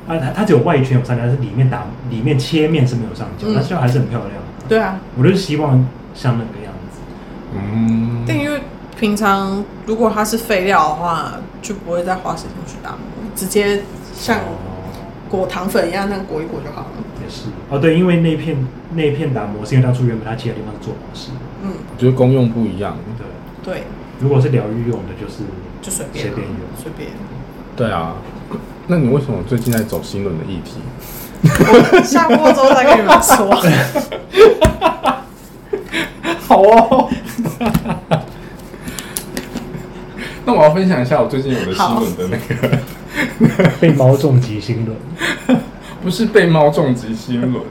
Speaker 3: 啊，它它只有外圈有上胶，但是里面打里面切面是没有上胶，
Speaker 2: 嗯
Speaker 3: 但是就还是很漂亮。
Speaker 2: 对啊。
Speaker 3: 我就是希望像那个样子。
Speaker 1: 嗯，
Speaker 2: 但因为平常如果它是废料的话，就不会再花时间去打磨，直接像
Speaker 3: 哦
Speaker 2: 裹糖粉一样那样裹一裹就好了。
Speaker 3: 也是哦，对，因为那一片那一片打磨是因为当初原本它切的地方是做宝石，
Speaker 2: 嗯，
Speaker 1: 我觉得功用不一样。
Speaker 3: 对。
Speaker 2: 对，
Speaker 3: 如果是疗愈用的，就是
Speaker 2: 就随便啊
Speaker 3: 随便用
Speaker 2: 随便。
Speaker 1: 对啊，那你为什么最近在走新轮的议题？
Speaker 2: 我下播之后再跟你们说。
Speaker 1: 好哦。 那我要分享一下我最近有的新轮的那个，
Speaker 3: 被猫重击心轮。
Speaker 1: 不是被猫重击新 轮，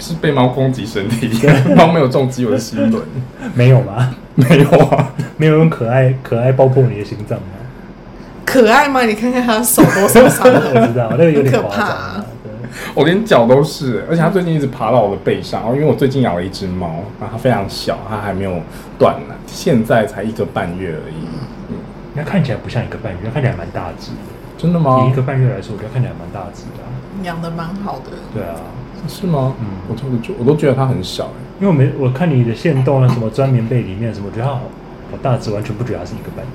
Speaker 1: 是被猫攻击身体。猫没有重击我的心轮，
Speaker 3: 没有吗？
Speaker 1: 没有啊。
Speaker 3: 没有用可爱可爱爆破你的心脏吗？
Speaker 2: 可爱吗？你看看他手多受伤
Speaker 3: 我
Speaker 2: 了。
Speaker 3: 知道，那个有点
Speaker 2: 很可
Speaker 3: 夸张
Speaker 2: 怕
Speaker 3: 啊
Speaker 2: 啊。
Speaker 3: 对
Speaker 1: 我连脚都是，欸而且它最近一直爬到我的背上，然哦后因为我最近养了一只猫，然后它非常小，它还没有断奶，现在才一个半月而已。嗯，
Speaker 3: 那看起来不像一个半月，看起来蛮大只的。
Speaker 1: 真的吗
Speaker 3: 以一？个半月来说，我觉得看起来蛮大只的啊、
Speaker 2: 养的蛮好的，
Speaker 3: 对啊，
Speaker 1: 是吗？
Speaker 3: 嗯
Speaker 1: 嗯，我都觉我都觉得它很小、欸，
Speaker 3: 因为我没我看你的线动啊，什么钻棉被里面什么，我觉得它好好大只，完全不觉得它是一个半月。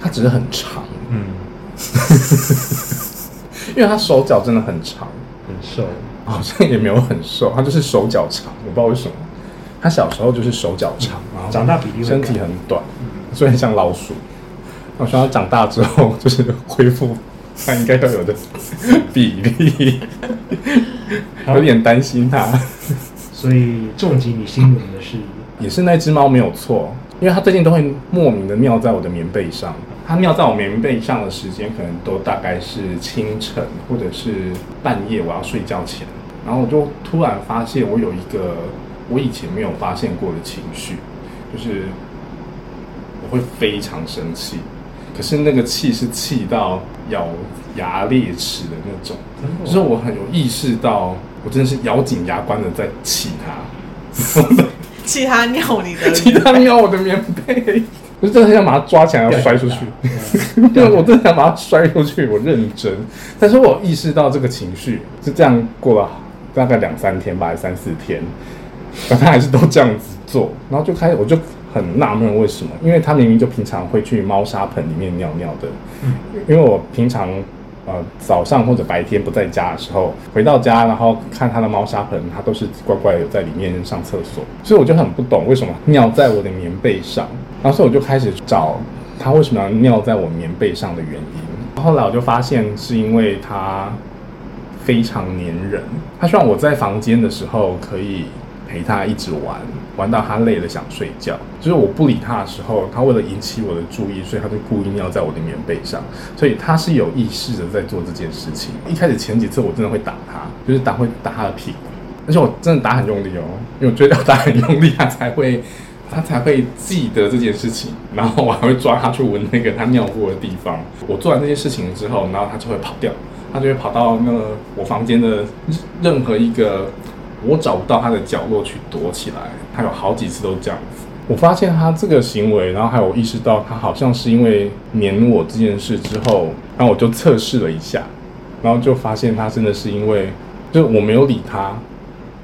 Speaker 1: 它只是很长，
Speaker 3: 嗯，
Speaker 1: 因为它手脚真的很长，
Speaker 3: 很瘦。
Speaker 1: 好像也没有很瘦，它就是手脚长，我不知道为什么。它小时候就是手脚长，然后
Speaker 3: 长大比例会
Speaker 1: 身体很短，所以很像老鼠。我希望它长大之后 就是恢复它应该要有的 比例。
Speaker 3: 好
Speaker 1: 有点担心它。
Speaker 3: 所以重击你心轮的是
Speaker 1: 也是那只猫没有错，因为它最近都会莫名的尿在我的棉被上。它尿在我棉被上的时间可能都大概是清晨或者是半夜，我要睡觉前。然后我就突然发现我有一个我以前没有发现过的情绪，就是我会非常生气。可是那个气是气到咬牙裂齿的那种，就是我很有意识到，我真的是咬紧牙关的在气它，
Speaker 2: 气他尿你 的，
Speaker 1: 气它咬我的棉被，我是真的很想把它抓起来然后摔出去。
Speaker 3: 啊
Speaker 1: 对，啊 我真的想把它摔出去，我认真。但是我意识到这个情绪是这样过了大概两三天吧，还是三四天，但他还是都这样子做，然后就开始我就很纳闷为什么，因为他明明就平常会去猫砂盆里面尿尿的，因为我平常。呃，早上或者白天不在家的时候，回到家，然后看他的猫砂盆，他都是乖乖有在里面上厕所，所以我就很不懂为什么尿在我的棉被上，然后所以我就开始找他为什么要尿在我棉被上的原因。后来我就发现是因为他非常黏人，他希望我在房间的时候可以陪他一直玩，玩到他累了想睡觉。就是我不理他的时候，他为了引起我的注意，所以他就故意尿在我的棉被上。所以他是有意识的在做这件事情。一开始前几次我真的会打他，就是打会打他的屁股，而且我真的打很用力哦，因为我觉得要打很用力，他才会。 他才会记得这件事情，然后我还会抓他去闻那个他尿过的地方。我做完这件事情之后，然后他就会跑掉，他就会跑到那个我房间的任何一个我找不到他的角落去躲起来。他有好几次都这样子。我发现他这个行为，然后还有意识到他好像是因为黏我这件事之后，然后我就测试了一下，然后就发现他真的是因为就是我没有理他，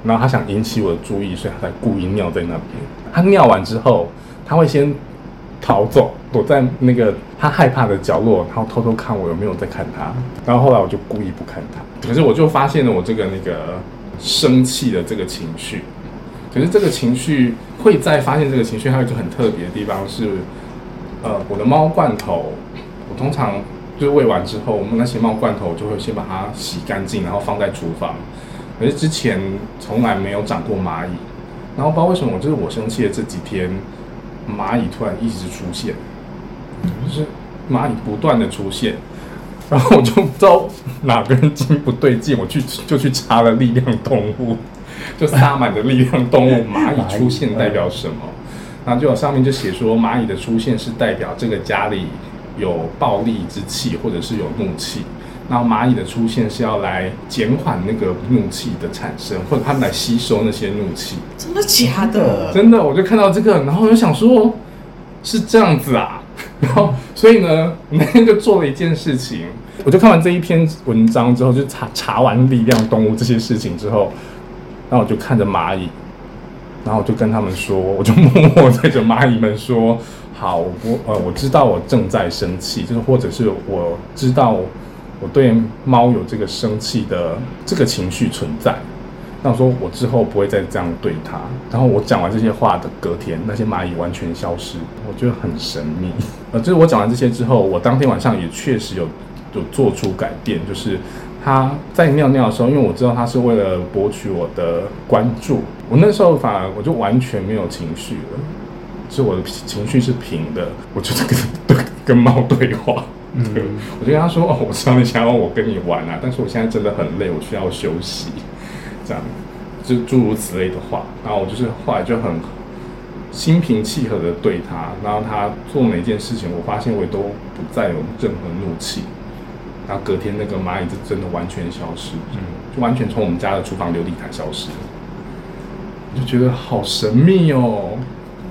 Speaker 1: 然后他想引起我的注意，所以他才故意尿在那边。他尿完之后，他会先逃走，躲在那个他害怕的角落，然后偷偷看我有没有在看他。然后后来我就故意不看他，可是我就发现了我这个那个生气的这个情绪。可是这个情绪会在发现这个情绪，还有一个很特别的地方是，呃，我的猫罐头，我通常就是喂完之后，我们那些猫罐头就会先把它洗干净，然后放在厨房。可是之前从来没有长过蚂蚁。然后不知道为什么，我就是我生气的这几天，蚂蚁突然一直出现，就是蚂蚁不断的出现，然后我就不知道哪根筋不对劲，我去就去查了力量动物，就萨满的力量动物蚂蚁出现代表什么，然后就有上面就写说蚂蚁的出现是代表这个家里有暴力之气或者是有怒气。然后蚂蚁的出现是要来减缓那个怒气的产生，或者他们来吸收那些怒气。
Speaker 2: 真的假
Speaker 3: 啊
Speaker 2: 的？
Speaker 1: 真的，我就看到这个，然后我就想说，是这样子啊。 然后，所以呢， 我那天就做了一件事情，我就看完这一篇文章之后，就查查完力量动物这些事情之后，然后我就看着蚂蚁，然后我就跟他们说，我就默默对着蚂蚁们说，好，我呃，我知道我正在生气，就是或者是我知道我对猫有这个生气的这个情绪存在，那我说我之后不会再这样对它。然后我讲完这些话的隔天，那些蚂蚁完全消失，我觉得很神秘。 呃，就是我讲完这些之后，我当天晚上也确实有有做出改变，就是它在尿尿的时候，因为我知道它是为了博取我的关注，我那时候反而我就完全没有情绪了，就是我的情绪是平的，我就是跟 对跟猫对话。
Speaker 3: 嗯
Speaker 1: 对，我就跟他说：“哦，我知道你想要我跟你玩啊，但是我现在真的很累，我需要休息。”这样，就诸如此类的话。然后我就是后来就很心平气和的对他，然后他做每件事情，我发现我也都不再有任何怒气。然后隔天那个蚂蚁就真的完全消失，就完全从我们家的厨房琉璃台消失了，我就觉得好神秘哦。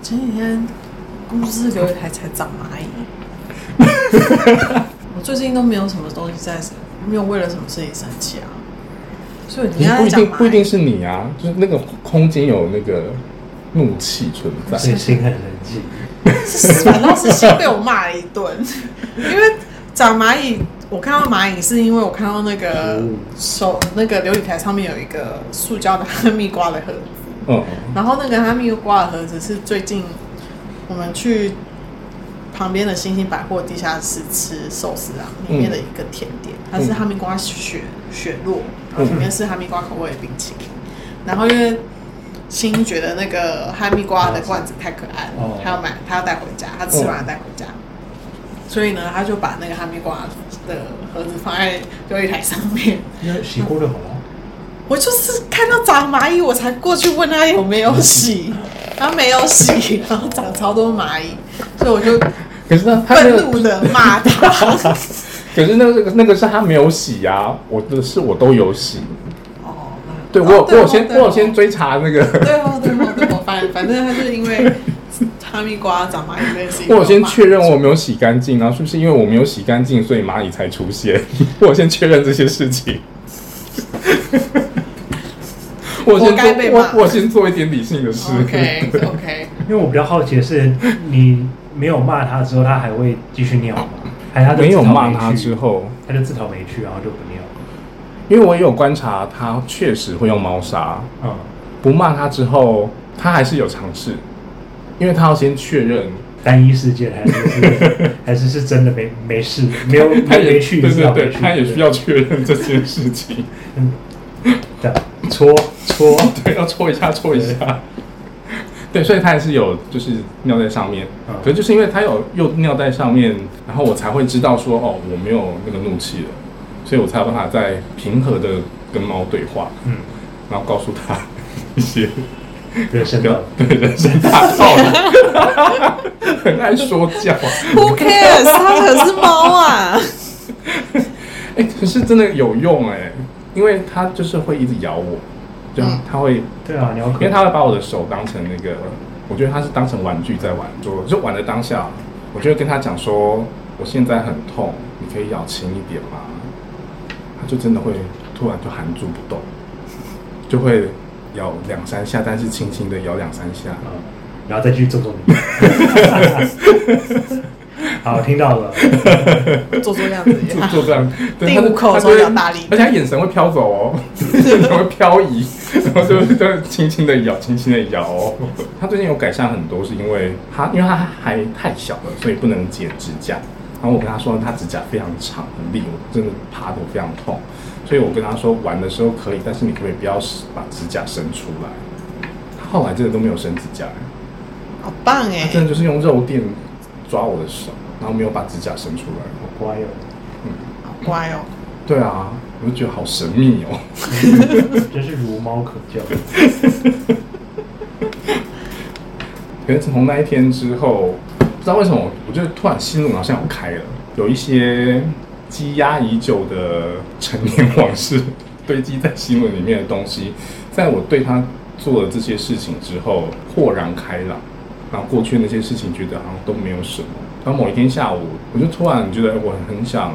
Speaker 2: 前几天公司有一台才长蚂蚁，我最近都没有什么东西在，没有为了什么事情生气啊。所以你刚
Speaker 1: 不
Speaker 2: 才
Speaker 1: 一
Speaker 2: 讲
Speaker 1: 定不一
Speaker 2: 蚂
Speaker 1: 定
Speaker 2: 蚁，
Speaker 1: 是你啊，就是那个空间有那个怒气存在。
Speaker 3: 所以心很冷静。
Speaker 2: 是反倒是先被我骂了一顿，因为长蚂蚁，我看到蚂蚁是因为我看到那个
Speaker 3: 嗯
Speaker 2: 手那个琉璃台上面有一个塑胶的哈密瓜的盒子。
Speaker 1: 嗯，
Speaker 2: 然后那个哈密瓜的盒子是最近我们去旁边的星星百货地下室吃寿司啊，里面的一个甜点，它是哈密瓜雪雪落，然后里面是哈密瓜口味的冰淇淋。然后因为星觉得那个哈密瓜的罐子太可爱了
Speaker 3: 哦，
Speaker 2: 他要买，他要带回家，他吃完了带回家。所以呢，他就把那个哈密瓜的盒子放在琉璃台上面。
Speaker 3: 那洗过就好了。
Speaker 2: 我就是看到长蚂蚁，我才过去问 他有没有洗，他没有洗，然后长超多蚂蚁，所以我就
Speaker 1: 可是呢，他那
Speaker 2: 愤
Speaker 1: 个
Speaker 2: 怒的骂他。
Speaker 1: 可是那个那个是他没有洗啊，我的是我都有洗。
Speaker 2: 哦，
Speaker 1: 对我有、
Speaker 2: 哦
Speaker 1: 我有先我
Speaker 2: 对哦
Speaker 1: 有先追查那个，
Speaker 2: 对哦，对哦，对哦，反反正他就是因为哈密瓜长蚂蚁这件事情，
Speaker 1: 我有先确认我有没有洗干净，然啊后是不是因为我没有洗干净，所以蚂蚁才出现？ 我有先确认这些事情。 我
Speaker 2: 活
Speaker 1: 先
Speaker 2: 该
Speaker 1: 做
Speaker 2: 被
Speaker 1: 我
Speaker 2: 骂
Speaker 1: 我先做一点理性的事。
Speaker 2: OK OK，
Speaker 3: 因为我比较好奇的是，你没有骂他之后，他还会继续尿吗？还是他 就
Speaker 1: 没有
Speaker 3: 自讨
Speaker 1: 骂他
Speaker 3: 去
Speaker 1: 之，后，
Speaker 3: 他就自讨没趣，然后就不尿。
Speaker 1: 因为我也有观察，他确实会用猫砂。
Speaker 3: 嗯，
Speaker 1: 不骂他之后，他还是有尝试，因为他要先确认，
Speaker 3: 单一事件还是是还是是真的没没事，没有
Speaker 1: 他
Speaker 3: 没
Speaker 1: 也
Speaker 3: 没去，
Speaker 1: 对
Speaker 3: 自
Speaker 1: 对
Speaker 3: 讨
Speaker 1: 对，
Speaker 3: 没趣
Speaker 1: 他也需要确认这件事 情。哦
Speaker 3: 嗯，这样搓搓，
Speaker 1: 对，要搓一下，搓一下。对，所以他还是有就是尿在上面，
Speaker 3: 嗯
Speaker 1: 可是就是因为他有又尿在上面，然后我才会知道说哦，我没有那个怒气了，所以我才有办法在平和的跟猫对话，
Speaker 3: 嗯，
Speaker 1: 然后告诉他 一些
Speaker 3: 人生
Speaker 1: 不要
Speaker 3: 的
Speaker 1: 对人生大道理， 很爱说 教。
Speaker 2: ，Who cares？它可是猫啊，
Speaker 1: 哎、可是真的有用哎、因为它就是会一直咬我，就
Speaker 2: 嗯
Speaker 1: 它会，
Speaker 3: 对啊，你要
Speaker 1: 因为它会把我的手当成那个，我觉得它是当成玩具在玩，就就玩的当下，我就会跟它讲说，我现在很痛，你可以咬轻一点吗？它就真的会突然就含住不动，就会咬两三下，但是轻轻的咬两三下。
Speaker 3: 嗯，然后再继续重重 的。好，听到了，
Speaker 2: 做做样子也
Speaker 1: 就
Speaker 2: 好。
Speaker 1: 就这样，对
Speaker 2: 啊第
Speaker 1: 他就
Speaker 2: 五口
Speaker 1: 他
Speaker 2: 手
Speaker 1: 就
Speaker 2: 脚
Speaker 1: 会
Speaker 2: 大力
Speaker 1: 而且他眼神会飘走 哦，眼神会漂移，然后就就轻轻的摇，轻轻的摇哦。他最近有改善很多，是因为他因为他还太小了，所以不能剪指甲。然后我跟他说，他指甲非常长，很利，我真的爬得非常痛。所以我跟他说，玩的时候可以，但是你可不可以不要把指甲伸出来？他后来真的都没有伸指甲，欸
Speaker 2: 好棒
Speaker 1: 他
Speaker 2: 哎！
Speaker 1: 真的就是用肉垫抓我的手，然后没有把指甲伸出来。
Speaker 3: 好乖哦，
Speaker 2: 好乖哦，
Speaker 1: 对啊，我就觉得好神秘哦。
Speaker 3: 真是如猫可教。
Speaker 1: 可是从那一天之后，不知道为什么，我就突然心路好像有开了，有一些积压已久的陈年往事堆积在心轮里面的东西，在我对他做了这些事情之后，豁然开朗。然后过去那些事情，觉得好像都没有什么。然后某一天下午，我就突然觉得我很想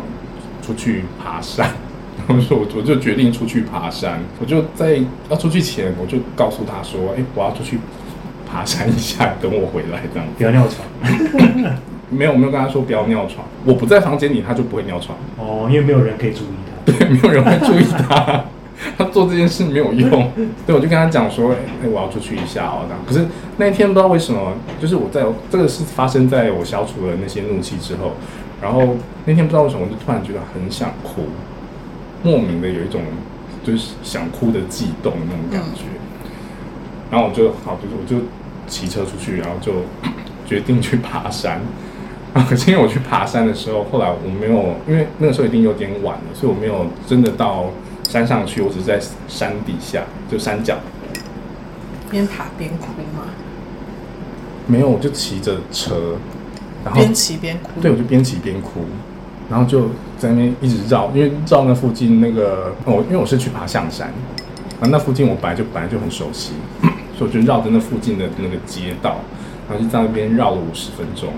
Speaker 1: 出去爬山， 然后说我我就决定出去爬山。我就在要出去前，我就告诉他说：“哎，我要出去爬山一下，等我回来。”这样
Speaker 3: 不要尿床
Speaker 1: 没有没有跟他说不要尿床，我不在房间里，他就不会尿床，
Speaker 3: 哦，因为没有人可以注意它。
Speaker 1: 对， 没有人会注意他。他做这件事没有用，对，我就跟他讲说，哎、哎我要出去一下哦，这样。可是那一天不知道为什么，就是我在这个是发生在我消除了那些怒气之后，然后那天不知道为什么，我就突然觉得很想哭，莫名的有一种就是想哭的悸动那种感觉。然后我就好，就是我就骑车出去，然后就决定去爬山。啊， 可是因为我去爬山的时候，后来我没有，因为那个时候已经有点晚了，所以我没有真的到山上去，我只是在山底下，就山脚，
Speaker 2: 边爬边哭嘛，
Speaker 1: 没有，我就骑着车，然后
Speaker 2: 边骑边哭。
Speaker 1: 对，我就边骑边哭，然后就在那边一直绕，因为绕那附近那个，哦，因为我是去爬象山，然后那附近我本来就本来就很熟悉， 所以我就绕着那附近的那个街道，然后就在那边绕了五十分钟，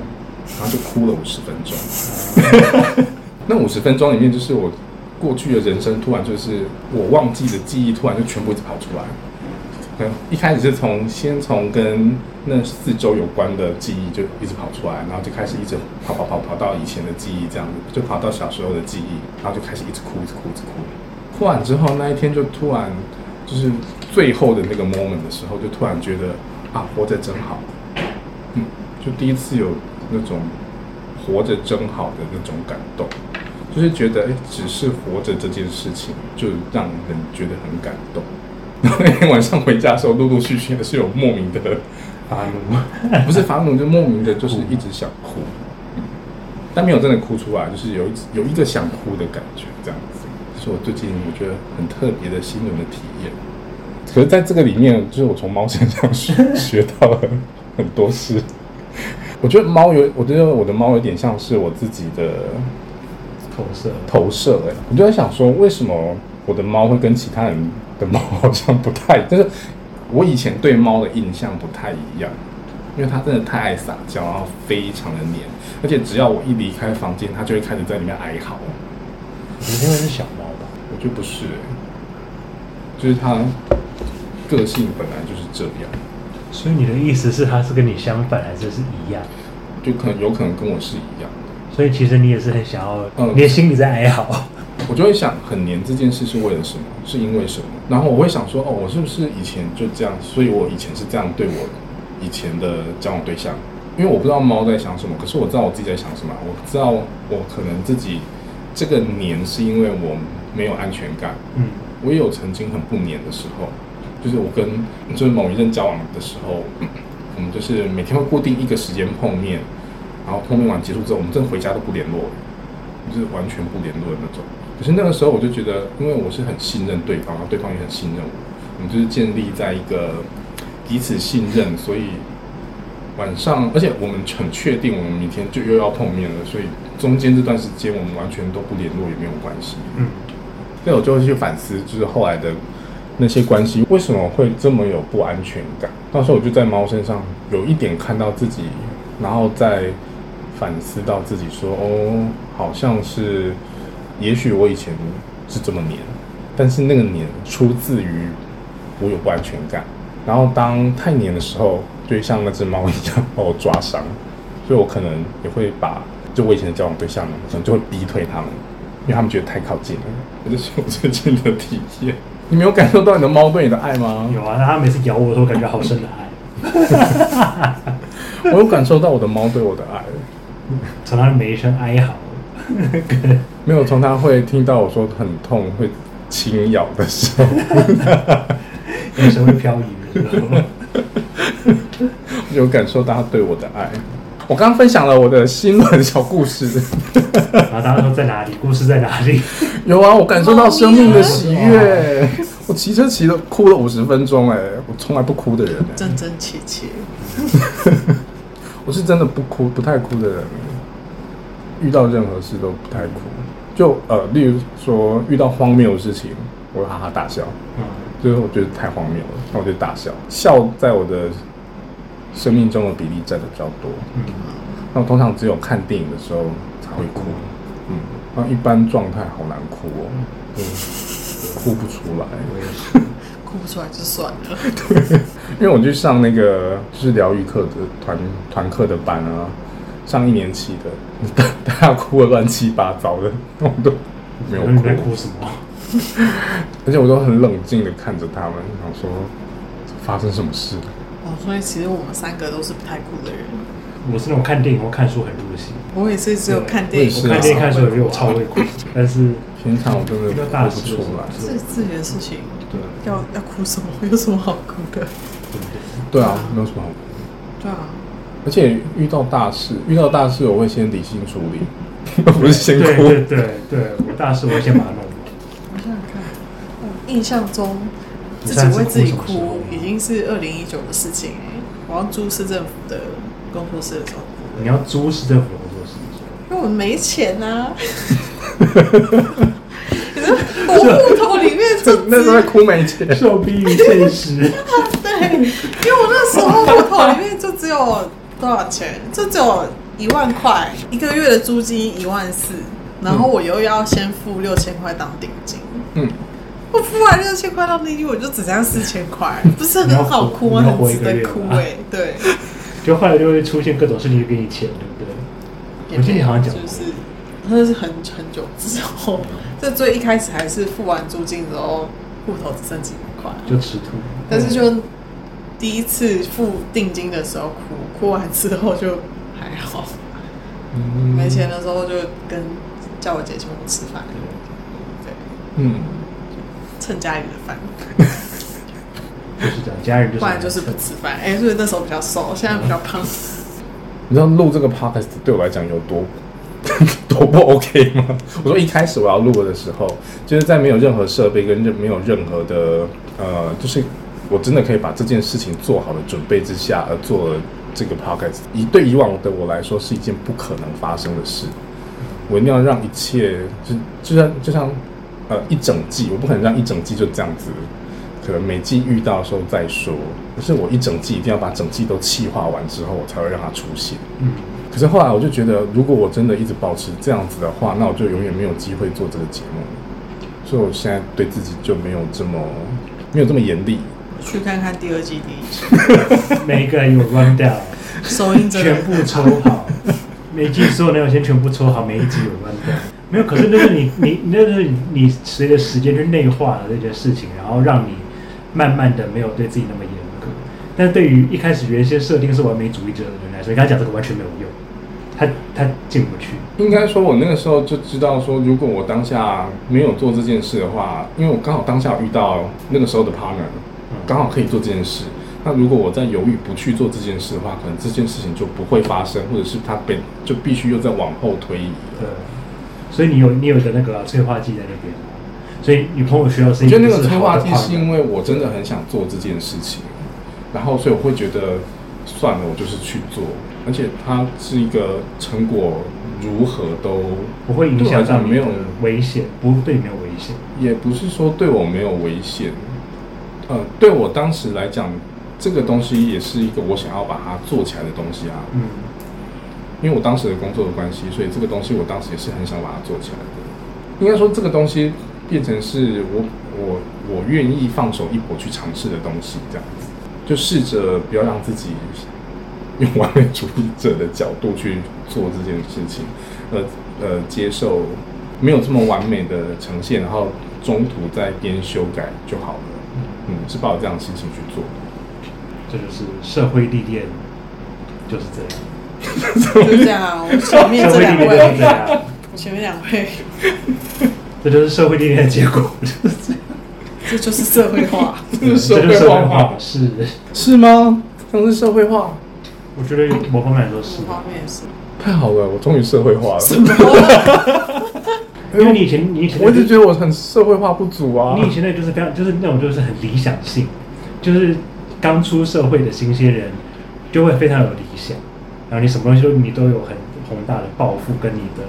Speaker 1: 然后就哭了五十分钟。 那五十分钟里面，就是我过去的人生突然就是我忘记的记忆，突然就全部一直跑出来。可能一开始是从先从跟那四周有关的记忆就一直跑出来，然后就开始一直跑跑跑跑到以前的记忆，这样子就跑到小时候的记忆，然后就开始一直哭一直哭一直哭。哭完之后那一天就突然就是最后的那个 moment 的时候，就突然觉得啊活着真好，嗯，就第一次有那种活着真好的那种感动，就是觉得哎、诶只是活着这件事情就让人觉得很感动。 然后那天晚上回家的时候，陆陆续续还是有莫名的，
Speaker 3: 发怒，
Speaker 1: 不是发怒，就莫名的，就是一直想哭，嗯但没有真的哭出来，就是有一有一个想哭的感觉，这样子，是我最近我觉得很特别的心灵的体验。可是在这个里面，就是我从猫身上学学到了很多事。我觉得猫有，我觉得我的猫有点像是我自己的
Speaker 3: 投射。
Speaker 1: 投射、欸。我就在想说，为什么我的猫会跟其他人的猫好像不太， 就是我以前对猫的印象不太一样，因为它真的太爱撒娇，然后非常的黏，而且只要我一离开房间，它就会开始在里面哀嚎。
Speaker 4: 你因为是小猫吧？
Speaker 1: 我觉得不是、欸，就是它个性本来就是这样。
Speaker 3: 所以你的意思是它是跟你相反，还是是一样？
Speaker 1: 就可能有可能跟我是一样的。
Speaker 3: 所以其实你也是很想要，
Speaker 1: 嗯
Speaker 3: 你的心里在哀嚎。
Speaker 1: 我就会想，很黏这件事是为了什么？是因为什么？然后我会想说，哦，我是不是以前就这样？所以我以前是这样对我以前的交往对象，因为我不知道猫在想什么，可是我知道我自己在想什么。我知道我可能自己这个黏是因为我没有安全感，
Speaker 3: 嗯，
Speaker 1: 我也有曾经很不黏的时候，就是我跟就是某一任交往的时候， 我们就是每天会固定一个时间碰面，然后碰面完结束之后，我们真的回家都不联络了，就是完全不联络的那种。可是那个时候我就觉得，因为我是很信任对方，然后对方也很信任我，我们就是建立在一个彼此信任，所以晚上，而且我们很确定我们明天就又要碰面了，所以中间这段时间我们完全都不联络也没有关系。
Speaker 3: 嗯，
Speaker 1: 所以我就会去反思，就是后来的那些关系为什么会这么有不安全感。那时候我就在猫身上有一点看到自己，然后再反思到自己说，哦，好像是，也许我以前是这么黏，但是那个黏出自于我有不安全感。然后当太黏的时候，就会像那只猫一样把我抓伤，所以我可能也会把就我以前的交往对象，可能就会逼退他们，因为他们觉得太靠近了。这是我最近的体验。你没有感受到你的猫对你的爱吗？
Speaker 3: 有啊，那它每次咬我的时候，感觉好深的爱。
Speaker 1: 我有感受到我的猫对我的爱，
Speaker 3: 从它每一声哀嚎，
Speaker 1: 没有从它会听到我说很痛会轻咬的时候，
Speaker 3: 有时候会漂移的时候。
Speaker 1: 有感受到它对我的爱。我刚刚分享了我的新闻小故事，
Speaker 3: 然后大家说在哪里？故事在哪里？
Speaker 1: 有啊，我感受到生命的喜悦。 我骑车骑了哭了五十分钟，哎，我从来不哭的人、哎，
Speaker 2: 真真切切，
Speaker 1: 我是真的不哭，不太哭的人，遇到任何事都不太哭。就呃，例如说遇到荒谬的事情，我会哈哈大笑。
Speaker 3: 嗯，
Speaker 1: 最后我觉得太荒谬了，那我就大笑。笑在我的生命中的比例占的比较多。
Speaker 3: 嗯
Speaker 1: 那我通常只有看电影的时候才会哭。嗯，那一般状态好难哭哦，嗯，哭不出来。
Speaker 3: 我也是。
Speaker 2: 哭不出来就算了。
Speaker 1: 因为我去上那个就是疗愈课的团团课的班啊，上一年期的， 大家哭的乱七八糟的，我都没有
Speaker 3: 然后你在
Speaker 1: 哭
Speaker 3: 嗯哭。什么？
Speaker 1: 而且我都很冷静的看着他们，想说发生什么事了。
Speaker 2: 哦，所以其实我们三个都是不太哭的人。
Speaker 3: 我是那种看电影或看书很入戏，
Speaker 2: 我也是啊只有看
Speaker 1: 我
Speaker 2: 电
Speaker 1: 也
Speaker 2: 影，
Speaker 1: 是
Speaker 3: 我
Speaker 1: 啊
Speaker 3: 看电影看书
Speaker 2: 的
Speaker 3: 有时候我超会哭，但是
Speaker 1: 平常我真的
Speaker 3: 一个
Speaker 1: 哭
Speaker 3: 大
Speaker 1: 不
Speaker 3: 事
Speaker 1: 出来。
Speaker 2: 这自己的事情，
Speaker 3: 对
Speaker 2: 要要哭什么？ 有什么好哭的？
Speaker 1: 对啊，没有什么好哭的。
Speaker 2: 对啊，
Speaker 1: 而且遇到大事，遇到大事我会先理性处 理，不是先
Speaker 3: 对对
Speaker 1: 哭。
Speaker 3: 对对，我大事我会先把它弄完。
Speaker 2: 我想想看，我印象中
Speaker 3: 你
Speaker 2: 自
Speaker 3: 上
Speaker 2: 己
Speaker 3: 次
Speaker 2: 为自己
Speaker 3: 哭什么时候
Speaker 2: 哭已经是二零一九的事情哎、我要租市政府的工作室的时候哭的
Speaker 3: 你要租市政府的工作室，
Speaker 2: 因为我们没钱啊。 你说我户头里面就
Speaker 1: 那时候在
Speaker 2: 只
Speaker 1: 哭没钱，
Speaker 3: 受逼于现实。
Speaker 2: 对，因为我那时候户头里面就只有多少钱，就只有一万块，一个月的租金一万四，然后我又要先付六千块当定金。
Speaker 1: 嗯，
Speaker 2: 我付完六千块当定金，我就只剩下四千块，不是很好哭吗？
Speaker 3: 你要活
Speaker 2: 很值得哭
Speaker 3: 你要活一个月吧
Speaker 2: 哎、对，
Speaker 3: 就后来就会出现各种事情就给你钱，对不对？我记得你好像讲过
Speaker 2: 就是那是很很久之后，这最一开始还是付完租金之后，户头只剩几百块，
Speaker 3: 就吃土。
Speaker 2: 但是就第一次付定金的时候哭，哭完之后就还好。
Speaker 1: 嗯
Speaker 2: 没钱。的时候就跟叫我姐请我吃饭，对，
Speaker 1: 嗯，
Speaker 2: 蹭家里的饭，
Speaker 3: 就是这样，家人就是
Speaker 2: 不然就是不吃饭。哎、所以那时候比较瘦，现在比较胖。
Speaker 1: 你知道录这个 podcast 对我来讲有多 多不 OK 吗？我说一开始我要录的时候，就是在没有任何设备跟任没有任何的呃，就是我真的可以把这件事情做好的准备之下，而做了这个 podcast，以对以往的我来说是一件不可能发生的事。我一定要让一切就就像就像呃一整季，我不可能让一整季就这样子，可能每季遇到的时候再说。可是我一整季一定要把整季都气化完之后，我才会让它出现。
Speaker 3: 嗯，
Speaker 1: 可是后来我就觉得，如果我真的一直保持这样子的话，那我就永远没有机会做这个节目。所以我现在对自己就没有这么没有这么严厉。
Speaker 2: 去看看第二季第一集，
Speaker 3: 每一个人有 run down，
Speaker 2: 收音 真
Speaker 3: 全
Speaker 2: 的
Speaker 3: 部抽好，每一季所有内容先全部抽好，每一集有 run down。没有，可是就是你你那就是你随着时间去内化了这件事情，然后让你慢慢的没有对自己那么严格。但是对于一开始原先设定是完美主义者的人来说，你跟他讲这个完全没有用，他他进不去。
Speaker 1: 应该说，我那个时候就知道说，如果我当下没有做这件事的话，因为我刚好当下遇到那个时候的 partner，刚
Speaker 3: 嗯
Speaker 1: 好可以做这件事。那如果我在犹豫不去做这件事的话，可能这件事情就不会发生，或者是它被就必须又再往后推移。
Speaker 3: 对，所以你有你有一个那个催化剂在那边，所以女朋友需要是
Speaker 1: 我
Speaker 3: 一
Speaker 1: 觉
Speaker 3: 个
Speaker 1: 得那个催化剂是因
Speaker 3: 为
Speaker 1: 为我真的很想做这件事情，然后所以我会觉得算了，我就是去做，而且它是一个成果如何都
Speaker 3: 不会影
Speaker 1: 对我来
Speaker 3: 响
Speaker 1: 讲
Speaker 3: 到你
Speaker 1: 没有
Speaker 3: 的危险，不对你没有危险。
Speaker 1: 也不是说对我没有危险，呃，对我当时来讲，这个东西也是一个我想要把它做起来的东西啊。
Speaker 3: 嗯，
Speaker 1: 因为我当时的工作的关系，所以这个东西我当时也是很想把它做起来的。应该说，这个东西变成是我我我愿意放手一搏去尝试的东西，这样子，就试着不要让自己用完美主义者的角度去做这件事情，呃呃，接受没有这么完美的呈现，然后中途再边修改就好了。嗯，是抱着这样的心情去做的。
Speaker 3: 这就是社会历练，就是这样。
Speaker 2: 就 这样啊。我前面这
Speaker 3: 社会
Speaker 2: 两
Speaker 3: 历练就是
Speaker 2: 位，
Speaker 3: 这 样，
Speaker 2: 我前面两位，
Speaker 3: 这就是社会历练的结果，
Speaker 2: 这就是社会化。
Speaker 1: 这是
Speaker 3: 这
Speaker 1: 社
Speaker 3: 就是
Speaker 1: 会
Speaker 3: 社会
Speaker 1: 化
Speaker 3: 化
Speaker 1: 吗？
Speaker 3: 是。
Speaker 1: 是吗？这样是社会化，
Speaker 3: 我觉得某方面来说是
Speaker 2: 我，方面也是，
Speaker 1: 太好了，我终于社会化了。
Speaker 3: 因为你以前你以前
Speaker 1: 我一直觉得我很社会化不足啊。
Speaker 3: 你以前那就是非常就是那种就是很理想性，就是刚出社会的新鲜人就会非常有理想，然后你什么东西都你都有很宏大的抱负跟你的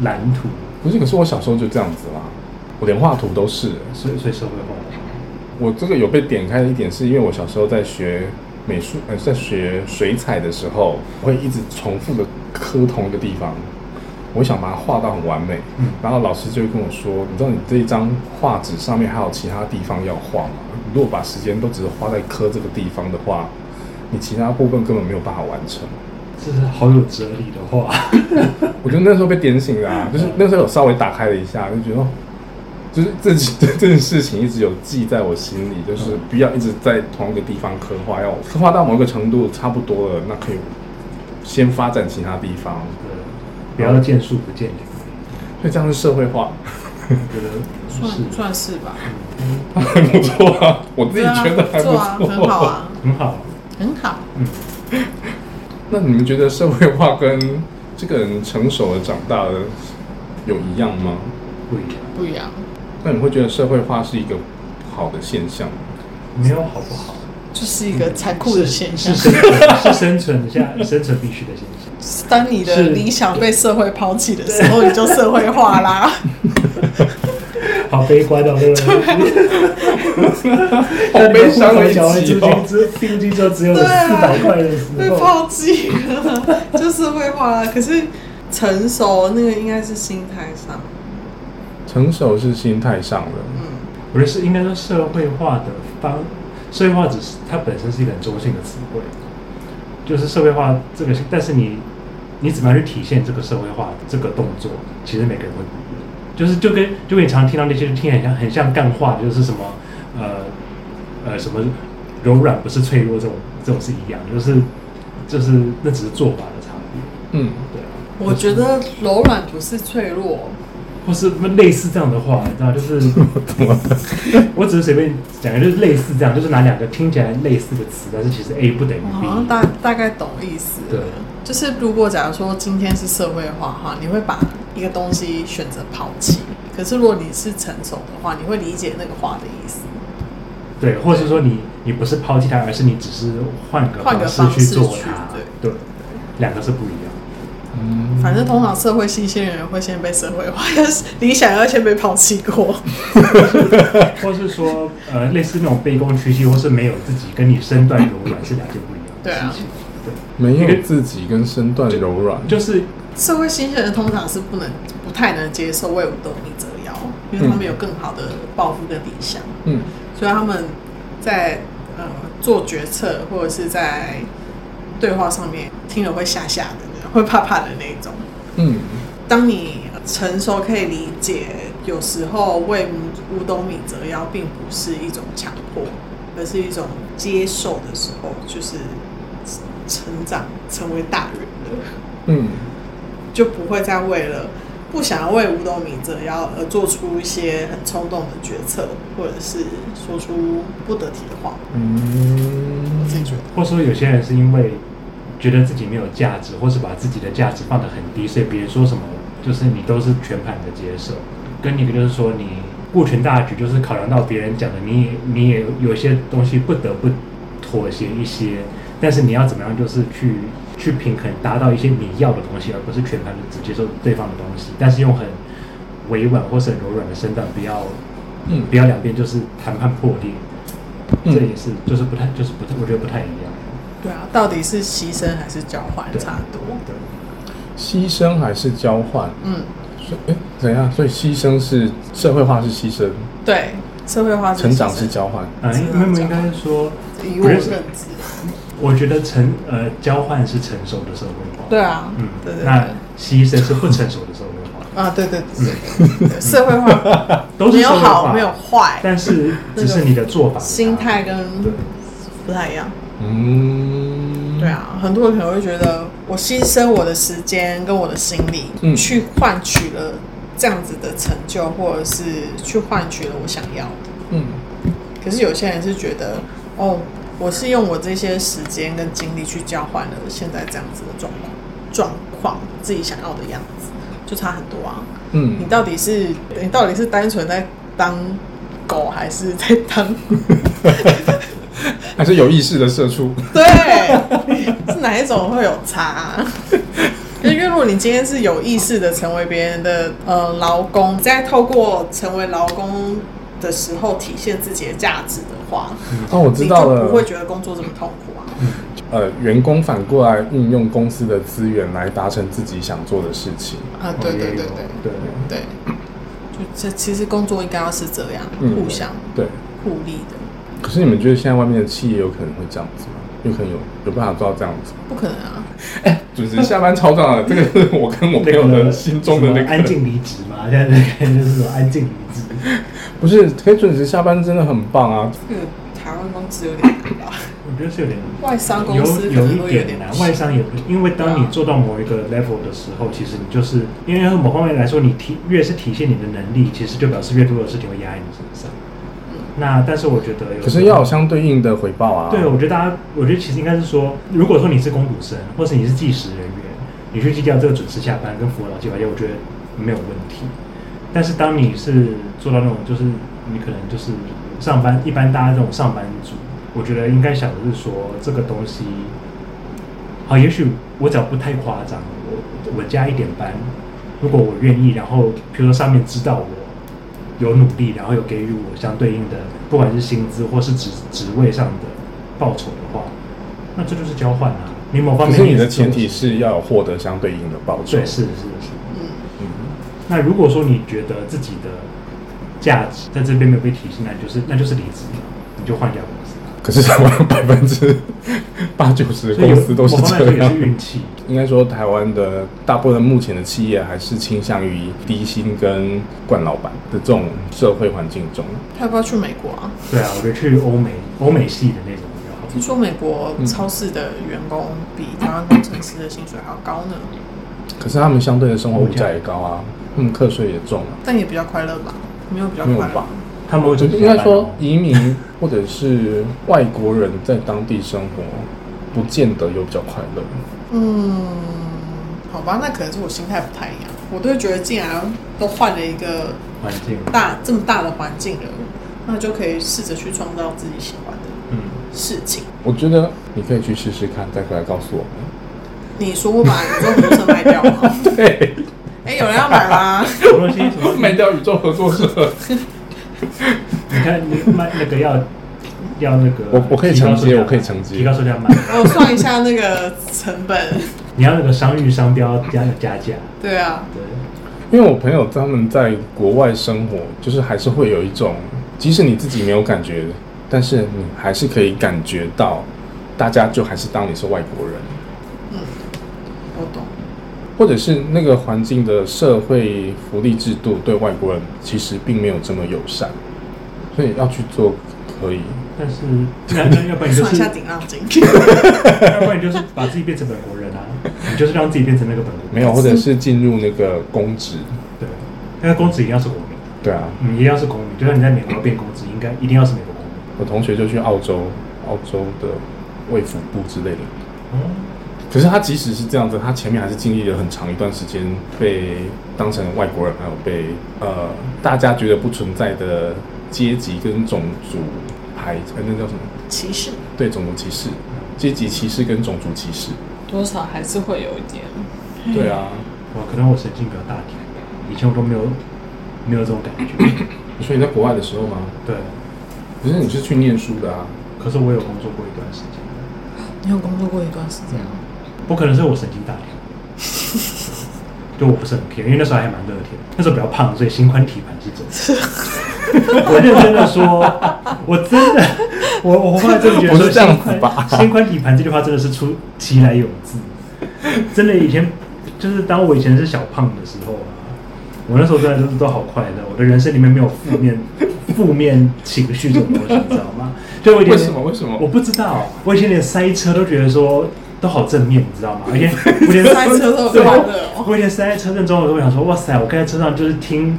Speaker 3: 蓝图，
Speaker 1: 不是，可是我小时候就这样子啦，我连画图都是。
Speaker 3: 所以所以社会化
Speaker 1: 我这个有被点开的一点，是因为我小时候在学美术，呃，在学水彩的时候，我会一直重复的磕同一个地方，我想把它画到很完美。
Speaker 3: 嗯
Speaker 1: 然后老师就会跟我说：“你知道你这一张画纸上面还有其他地方要画吗？如果把时间都只是花在磕这个地方的话，你其他部分根本没有办法完成。”
Speaker 3: 这是好有哲理的话，
Speaker 1: 我觉得那时候被点醒了、啊，就是那时候有稍微打开了一下，就觉得，哦就是自己 这这件事情一直有记在我心里，就是不要一直在同一个地方刻画，要刻画到某个程度差不多了，那可以先发展其他地方，
Speaker 3: 呃不要见树不见林，
Speaker 1: 所以这样是社会化，
Speaker 3: 我觉得是
Speaker 2: 算算是吧，
Speaker 1: 很不错啊，我自己觉得还不
Speaker 2: 做啊，
Speaker 1: 错。
Speaker 2: 很好啊，
Speaker 3: 很好，
Speaker 2: 很好。啊
Speaker 3: 嗯，
Speaker 1: 那你们觉得社会化跟这个人成熟的长大的有一样吗？
Speaker 3: 不一样，
Speaker 2: 不一样，
Speaker 1: 那你会觉得社会化是一个好的现象吗？
Speaker 3: 没有好不好，
Speaker 2: 就是一个残酷的现象。
Speaker 3: 嗯是是是生存下生存必须的现象。
Speaker 2: 当你的
Speaker 3: 是
Speaker 2: 理想被社会抛弃的时候，你就社会化啦。
Speaker 3: 好悲观哦，对不对？
Speaker 2: 哦
Speaker 1: 好悲伤的一集
Speaker 3: 缴
Speaker 1: 哦
Speaker 3: 完租金之定金之后只有
Speaker 2: 对啊
Speaker 3: 四百块的时
Speaker 2: 被
Speaker 3: 候，
Speaker 2: 抛弃了，就社会化了。可是成熟那个应该是心态上，
Speaker 1: 成熟是心态上的。
Speaker 3: 我觉得是应该说社会化的方，社会化只是它本身是一个很中性的词汇，就是社会化这个，但是你你怎么样去体现这个社会化这个动作，其实每个人会不一样，就是就跟就跟你常听到那些听起来很像很像干话，就是什么呃呃什么柔软不是脆弱这种这种是一样，就是就是那只是做法的差别。
Speaker 1: 嗯，
Speaker 3: 对啊，
Speaker 2: 我觉得柔软不是脆弱，
Speaker 3: 或是类似这样的话，你知道，就是
Speaker 1: 嗯
Speaker 3: 我只是随便讲，就是类似这样，就是拿两个听起来类似的词，但是其实 A 不等于
Speaker 2: 我好像
Speaker 3: B，
Speaker 2: 大大概懂意思了。
Speaker 3: 对
Speaker 2: 就是如果假如说今天是社会化哈，你会把一个东西选择抛弃。可是如果你是成熟的话，你会理解那个话的意思。
Speaker 3: 对，或是说你你不是抛弃它，而是你只是换个
Speaker 2: 换个
Speaker 3: 式
Speaker 2: 方
Speaker 3: 去
Speaker 2: 式
Speaker 3: 做
Speaker 2: 去
Speaker 3: 它，
Speaker 2: 对
Speaker 3: 对，两个是不一样。
Speaker 4: 嗯，
Speaker 2: 反 正通常社会新鲜人会先被社会化， 要是理想要先被抛弃过。
Speaker 3: 或是说，呃，类似那种卑躬屈膝，或是没有自己跟你身段柔软是两件不一样
Speaker 2: 对
Speaker 3: 的
Speaker 2: 啊
Speaker 3: 事情。
Speaker 1: 没有自己跟身段柔软，
Speaker 3: 就是
Speaker 2: 社会新鲜人通常是不能、不太能接受为五斗米折腰，因为他们有更好的抱负跟理想，
Speaker 1: 嗯，
Speaker 2: 所以他们在呃做决策或者是在对话上面听了会吓吓的那种，会怕怕的那一种。
Speaker 1: 嗯，
Speaker 2: 当你成熟可以理解，有时候为五斗米折腰并不是一种强迫，而是一种接受的时候，就是成长成为大人 了。
Speaker 1: 嗯，
Speaker 2: 就不会再为了不想要为五斗米折腰而做出一些很冲动的决策，或者是说出不得体的话。我自己
Speaker 1: 嗯，
Speaker 2: 觉得，
Speaker 3: 或者说有些人是因为觉得自己没有价值，或是把自己的价值放得很低，所以别人说什么就是你都是全盘的接受。跟一个就是说你顾全大局，就是考量到别人讲的，你也你也有些东西不得不妥协一些，但是你要怎么样就是去去平衡，达到一些你要的东西，而不是全盘的只接受对方的东西，但是用很委婉或是很柔软的身段，不要
Speaker 1: 嗯
Speaker 3: 不要两边就是谈判破裂。
Speaker 1: 嗯
Speaker 3: 这也是，就是不太，就是不太，我觉得不太一样。
Speaker 2: 对啊，到底是牺牲还是交换
Speaker 3: 对
Speaker 2: 差很多？
Speaker 3: 对，
Speaker 1: 牺牲还是交换？
Speaker 2: 嗯，
Speaker 1: 所以，哎，怎样？所以牺牲是社会化是牺牲，
Speaker 2: 对，社会化
Speaker 1: 成长是交换。
Speaker 3: 呃，
Speaker 2: 哦是啊
Speaker 3: 因为我应该是说，
Speaker 2: 以我认知，
Speaker 3: 我觉得成呃交换是成熟的社会化。
Speaker 2: 对，啊，
Speaker 3: 嗯，
Speaker 2: 对对
Speaker 3: 那
Speaker 2: 对。
Speaker 3: 牺牲是不成熟的社会化，
Speaker 2: 啊，对对对对对对，社会化
Speaker 3: 都是
Speaker 2: 没有
Speaker 3: 社会化
Speaker 2: 好没有坏，
Speaker 3: 但是只是你的做法不一 样，
Speaker 2: 心态跟
Speaker 3: 对，
Speaker 2: 不太一样。
Speaker 1: 嗯，
Speaker 2: 对，啊，很多人可能会觉得我牺牲我的时间跟我的心力，
Speaker 1: 嗯
Speaker 2: 去换取了这样子的成就，或者是去换取了我想要的。
Speaker 1: 嗯
Speaker 2: 可是有些人是觉得，哦，我是用我这些时间跟精力去交换了现在这样子的状况，状况自己想要的样子，就差很多啊。你
Speaker 1: 嗯，
Speaker 2: 到底是你到底是单纯在当狗，还是在当？
Speaker 1: 还是有意识的射出。
Speaker 2: 对，是哪一种会有差、啊？因为如果你今天是有意识的成为别人的呃劳工，在透过成为劳工的时候体现自己的价值的话，
Speaker 1: 哦，我知道
Speaker 2: 你就
Speaker 1: 了。
Speaker 2: 不会觉得工作这么痛苦啊。
Speaker 1: 呃，员工反过来运用公司的资源来达成自己想做的事情。
Speaker 2: 啊，对对
Speaker 3: 也
Speaker 2: 对
Speaker 3: 有
Speaker 1: 哦
Speaker 2: 对
Speaker 3: 对，
Speaker 2: 对，就这其实工作应该要是这样，
Speaker 1: 嗯
Speaker 2: 互相
Speaker 1: 对，
Speaker 2: 互利的，
Speaker 1: 可是你们觉得现在外面的企业有可能会这样子吗？有可能有有办法做到这样子吗？
Speaker 2: 不可能啊。
Speaker 1: 准时下班超长了，这个是我跟我朋友的心中的那
Speaker 3: 什么安
Speaker 1: 个。
Speaker 3: 静离职嘛，现在这个就是说安静离职，
Speaker 1: 不是，可以准时下班真的很棒啊！
Speaker 2: 这个台湾公司有点难吧？
Speaker 3: 我觉得是有点。
Speaker 2: 外商公
Speaker 3: 有
Speaker 2: 司可
Speaker 3: 有
Speaker 2: 能
Speaker 3: 一
Speaker 2: 会有点
Speaker 3: 点难，外商也不，因为当你做到某一个 level 的时候，其实你就是，因为某方面来说，你体越是体现你的能力，其实就表示越多的事情会压在你身上。那但是我觉得有时候，
Speaker 1: 可是要有相对应的回报啊。
Speaker 3: 对，我觉得大家，我觉得其实应该是说，如果说你是工读生，或是你是计时人员，你去计较这个准时下班跟服务老计划，我觉得没有问题。但是当你是做到那种，就是你可能就是上班，一般大家这种上班族，我觉得应该想的是说，这个东西，好，也许我只要不太夸张，我我加一点班，如果我愿意，然后比如说上面知道我有努力，然后有给予我相对应的，不管是薪资或是职职位上的报酬的话，那这就是交换啊。你某方
Speaker 1: 可
Speaker 3: 面
Speaker 1: 是你
Speaker 3: 也
Speaker 1: 的
Speaker 3: 做
Speaker 1: 前提是要有获得相对应的报酬。
Speaker 3: 对，是是是。
Speaker 2: 嗯，
Speaker 1: 嗯，
Speaker 3: 那如果说你觉得自己的价值在这边没有被体现，那就是那就是离职嘛，你就换一家公司。
Speaker 1: 可是台湾百分之八九十
Speaker 3: 所以有
Speaker 1: 公司都是
Speaker 3: 某方面
Speaker 1: 这
Speaker 3: 来说也
Speaker 1: 样
Speaker 3: 是。运气。
Speaker 1: 应该说，台湾的大部分目前的企业还是倾向于低薪跟惯老板的这种社会环境中。
Speaker 2: 他要不要去美国啊？
Speaker 3: 对啊，我觉得去欧美欧美系的那种比较好。
Speaker 1: 嗯
Speaker 2: 听说美国超市的员工比台湾工程师的薪水还要高呢，
Speaker 1: 可是他们相对的生活物价也高啊，他们课税也重啊。
Speaker 2: 但也比较快乐吧？没有比较
Speaker 1: 没有
Speaker 2: 快乐
Speaker 1: 吧，
Speaker 3: 他们会
Speaker 1: 就
Speaker 3: 准
Speaker 1: 是
Speaker 3: 时
Speaker 1: 应
Speaker 3: 下
Speaker 1: 该
Speaker 3: 班哦
Speaker 1: 说，移民或者是外国人在当地生活，不见得有比较快乐。
Speaker 2: 嗯，好吧，那可能是我心态不太一样，我都会觉得既然都换了一个
Speaker 3: 哦环境，
Speaker 2: 大这么大的环境了，那就可以试着去创造自己喜欢的。
Speaker 3: 嗯。
Speaker 2: 事情。
Speaker 1: 我觉得你可以去试试看，再回来告诉我们。
Speaker 2: 你说吧，你说红色卖掉吗？
Speaker 1: 对，
Speaker 2: 哎、有人要买吗？
Speaker 3: 无论是什么，
Speaker 1: 卖掉宇宙合作社，
Speaker 3: 你看你卖那个要要那个，
Speaker 1: 我我可以承接我可以承接
Speaker 3: 提高 售价卖，
Speaker 2: 我算一下那个成本。
Speaker 3: 你要那个商誉商标加有加价，
Speaker 2: 对啊，
Speaker 3: 对，
Speaker 1: 因为我朋友他们在国外生活，就是还是会有一种，即使你自己没有感觉，但是你还是可以感觉到，大家就还是当你是外国人，
Speaker 2: 我懂。
Speaker 1: 或者是那个环境的社会福利制度对外国人其实并没有这么友善，所以要去做可以。
Speaker 3: 但是那那要不然你就
Speaker 2: 算一
Speaker 3: 是
Speaker 2: 下顶浪 金，
Speaker 3: 要不然你就是把自己变成本国人啊，你就是让自己变成那个本国人，
Speaker 1: 没有，或者是进入那个公职，
Speaker 3: 对，那个公职一定要是国民，
Speaker 1: 对啊，
Speaker 3: 你一定要是公民，就算你在美国变公职，应该一定要是美国公民。
Speaker 1: 我同学就去澳洲，澳洲的卫福部之类的。
Speaker 3: 哦，
Speaker 1: 可是他即使是这样子，他前面还是经历了很长一段时间被当成外国人，还有被呃大家觉得不存在的阶级跟种族排，呃那叫什么？
Speaker 2: 歧视
Speaker 1: 对，种族歧视、阶级歧视跟种族歧视。
Speaker 2: 多少还是会有一点。
Speaker 1: 对啊，
Speaker 3: 哇，可能我神经比较大条，以前我都没有没有这种感 觉。
Speaker 1: 所以你在国外的时候吗？
Speaker 3: 对，
Speaker 1: 可是你是去念书的啊，
Speaker 3: 可是我有工作过一段时间，
Speaker 2: 你有工作过一段时间吗？
Speaker 3: 不可能是我神经大 条，就我不是很偏，因为那时候还蛮热天，那时候比较胖，所以心宽体盘是真 的。我认真的说，我真的，我我后来真的觉得
Speaker 1: 不
Speaker 3: 说
Speaker 1: 是这样
Speaker 3: 心
Speaker 1: 子吧
Speaker 3: 宽心宽体盘这句话真的是出其来有自，真的以前就是当我以前是小胖的时候啊，我那时候真的都是都好快乐，我的人生里面没有 负面负面情绪这种东西，你知道吗？就我以前
Speaker 1: 为什么为什么
Speaker 3: 我不知道，我以前连塞车都觉得说都好正面，你知道吗？
Speaker 1: 哎
Speaker 3: 而且我连
Speaker 2: 塞车都有快乐哦
Speaker 3: 我以前塞在车阵中，我都会想说，哇塞，我可以在车上就是听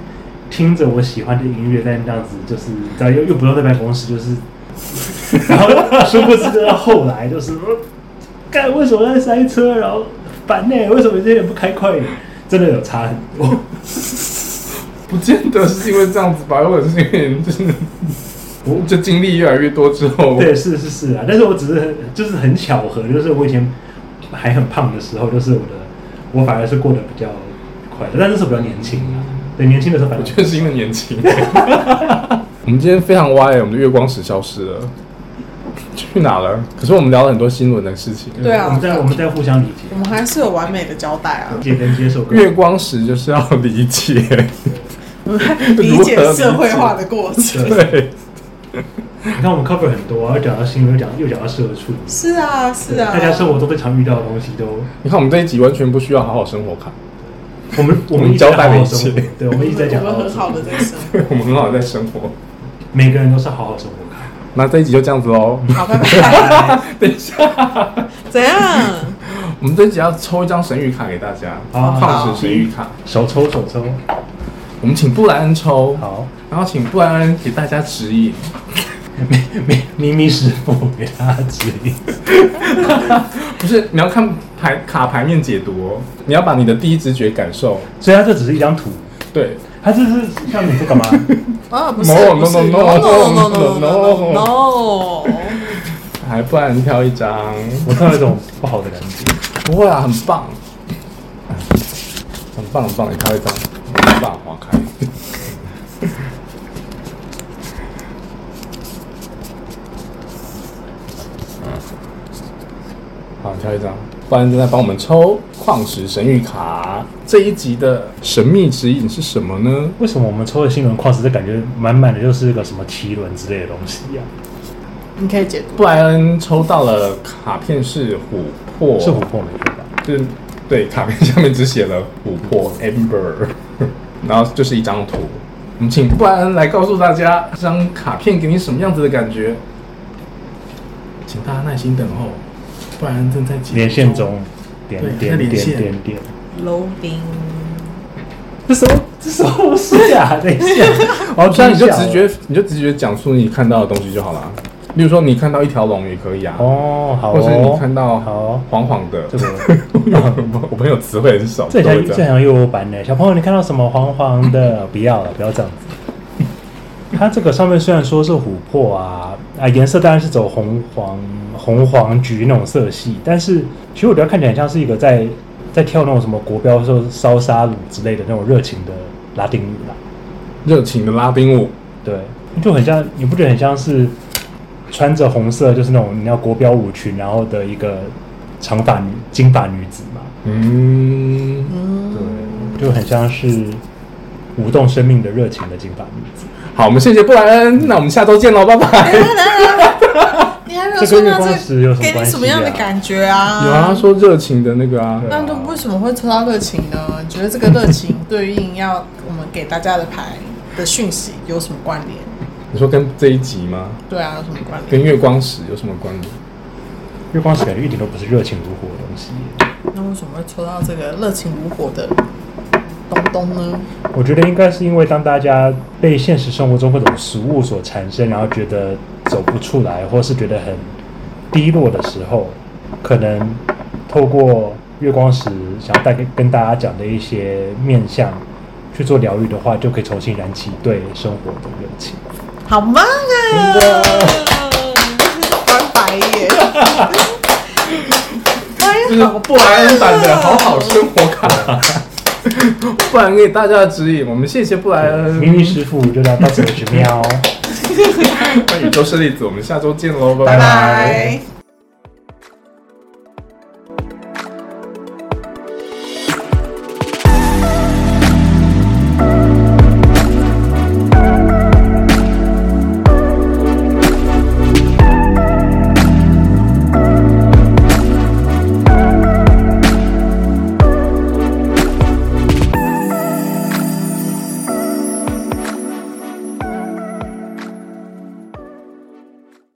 Speaker 3: 听着我喜欢的音乐，但这样子就是，你知道又又不用在办公 室，就是，然后殊不知后来就是。呃干为什么在塞车？然后烦呢、为什么这点不开快一点？真的有差很多。
Speaker 1: 不见得是因为这样子吧，或者是因为就是我就经历越来越多之后，
Speaker 3: 对，是是是啊，但是我只是很就是很巧合，就是我以前还很胖的时候，就是我的我反而是过得比较快乐，但那时候比较年轻啊。对，年轻的时候反
Speaker 1: 我
Speaker 3: 正
Speaker 1: 觉得是因为年轻。我们今天非常歪，我们的月光石消失了，去哪了？可是我们聊了很多新闻的事情。
Speaker 2: 对啊
Speaker 3: 嗯我们在我们在互相理解
Speaker 2: 我，们还是有完美的交代啊
Speaker 3: 理，解跟接受跟
Speaker 1: 月光石就是要理解，
Speaker 2: 我们在 理解 社会化的过程。
Speaker 3: 对，
Speaker 1: 对，
Speaker 3: 你看我们 cover 很多、啊，又讲到新闻，又讲又讲到社畜，
Speaker 2: 是啊，是啊，
Speaker 3: 大家生活中最常遇到的东西都，
Speaker 1: 你看我们这一集完全不需要好好生活看，
Speaker 3: 我们我
Speaker 1: 我
Speaker 3: 们
Speaker 1: 们
Speaker 3: 一直在
Speaker 1: 交代
Speaker 3: 好好
Speaker 1: 了一
Speaker 3: 生活
Speaker 1: 切，
Speaker 3: 对，我们一直在讲
Speaker 2: 我们
Speaker 3: 好好
Speaker 2: 很
Speaker 3: 生
Speaker 2: 好
Speaker 3: 活，
Speaker 2: 的在生 活。
Speaker 1: 我们很好地在生活。
Speaker 3: 每个人都是好好生活的。
Speaker 1: 那这一集就这样子喽。
Speaker 2: 好，拜 拜。
Speaker 1: 等一下，
Speaker 2: 怎样？
Speaker 1: 我们这一集要抽一张神谕卡给大家，
Speaker 3: 好
Speaker 1: 放神神谕卡。
Speaker 3: 手抽手抽，
Speaker 1: 我们请布莱恩抽，
Speaker 3: 好，
Speaker 1: 然后请布莱恩给大家指引。
Speaker 3: 咪咪咪师傅给大家指引。
Speaker 1: 不是，你要看牌卡牌面解读哦，你要把你的第一直觉感受，
Speaker 3: 所以它这只是一张图，
Speaker 1: 对，
Speaker 3: 它这是像你在 干嘛？
Speaker 2: 啊，不是
Speaker 1: No,
Speaker 2: 不是
Speaker 1: no, no,
Speaker 2: no no
Speaker 1: no,
Speaker 2: no
Speaker 1: no,
Speaker 2: no no，
Speaker 1: 还不然挑一张，
Speaker 3: 我突然有一种不好的感觉。
Speaker 1: 不会啊，很棒，很棒很棒，你挑一张，很棒，划开。好，挑一张，不然正在帮我们抽矿石神谕卡。这一集的神秘指引是什么呢？
Speaker 3: 为什么我们抽的新闻矿石，这感觉满满的就是个什么奇轮之类的东西啊呀、
Speaker 2: 你可以解读。
Speaker 1: 布莱恩抽到了卡片是琥珀，
Speaker 3: 是琥珀没错吧？
Speaker 1: 就是对卡片下面只写了琥珀
Speaker 3: 嗯
Speaker 1: amber，然 后就是一张图。我们请布莱恩来告诉大家这张卡片给你什么样子的感觉，请大家耐心等候，布莱恩正在解
Speaker 3: 连 线中，点
Speaker 1: 对
Speaker 3: 点
Speaker 1: 在连
Speaker 3: 点
Speaker 1: 线
Speaker 3: 点点，
Speaker 2: Loading，
Speaker 3: 这什么这什么东 西啊？等一下，我要
Speaker 1: 那哦你就
Speaker 3: 听一下
Speaker 1: 直觉，你就直觉讲出你看到的东西就好了。例如说，你看到一条龙也可以啊，
Speaker 3: 哦，好
Speaker 1: 或者是
Speaker 3: 哦，
Speaker 1: 你看到
Speaker 3: 好，
Speaker 1: 黄黄的。
Speaker 3: 这个
Speaker 1: 我朋友词汇很少，
Speaker 3: 这
Speaker 1: 都
Speaker 3: 很
Speaker 1: 会
Speaker 3: 像这很像幼儿版呢。小朋友，你看到什么黄黄的？不要了，不要这样子。它这个上面虽然说是琥珀啊啊，颜色当然是走红黄红黄橘那种色系，但是其实我觉得它看起来很像是一个在在跳那种什么国标说烧杀舞之类的那种热情的拉丁舞啦。
Speaker 1: 热情的拉丁舞，
Speaker 3: 对，就很像，你不觉得很像是穿着红色，就是那种你要国标舞裙，然后的一个长发女金发女子嘛？
Speaker 1: 嗯，
Speaker 2: 嗯，
Speaker 3: 对，就很像是舞动生命的热情的金发女子。
Speaker 1: 好，我们谢谢布莱恩，那我们下周见喽，拜拜。
Speaker 2: 你还没有
Speaker 3: 这
Speaker 2: 说
Speaker 3: 跟月
Speaker 2: 到
Speaker 3: 光石有什么
Speaker 2: 给你
Speaker 3: 关
Speaker 2: 什么
Speaker 3: 系
Speaker 2: 样的
Speaker 3: 啊
Speaker 2: 感觉啊？
Speaker 1: 有啊，他说热情的那个啊，
Speaker 2: 那就为什么会抽到热情呢？你觉得这个热情对应要我们给大家的牌的讯息有什么关联？
Speaker 1: 你说跟这一集吗？
Speaker 2: 对啊，有什么关联？
Speaker 1: 跟月光石有什么关联？
Speaker 3: 月光石感觉一点都不是热情如火的东西，
Speaker 2: 那为什么会抽到这个热情如火的东东呢？
Speaker 3: 我觉得应该是因为当大家被现实生活中各种俗物所缠身，然后觉得走不出来，或是觉得很低落的时候，可能透过月光石想要带给跟大家讲的一些面向去做疗愈的话，就可以重新燃起对生活的热情。
Speaker 2: 好棒啊！翻白眼，
Speaker 1: 就
Speaker 2: 哎
Speaker 1: 是
Speaker 2: 呀，好
Speaker 1: 布莱恩版的好好生活啊卡。 布莱恩给大家的指引，我们谢谢布莱恩。
Speaker 3: 咪 咪师傅就聊到此为止，喵。
Speaker 1: 欢迎周胜利子，我们下周见喽，
Speaker 3: 拜
Speaker 2: 拜。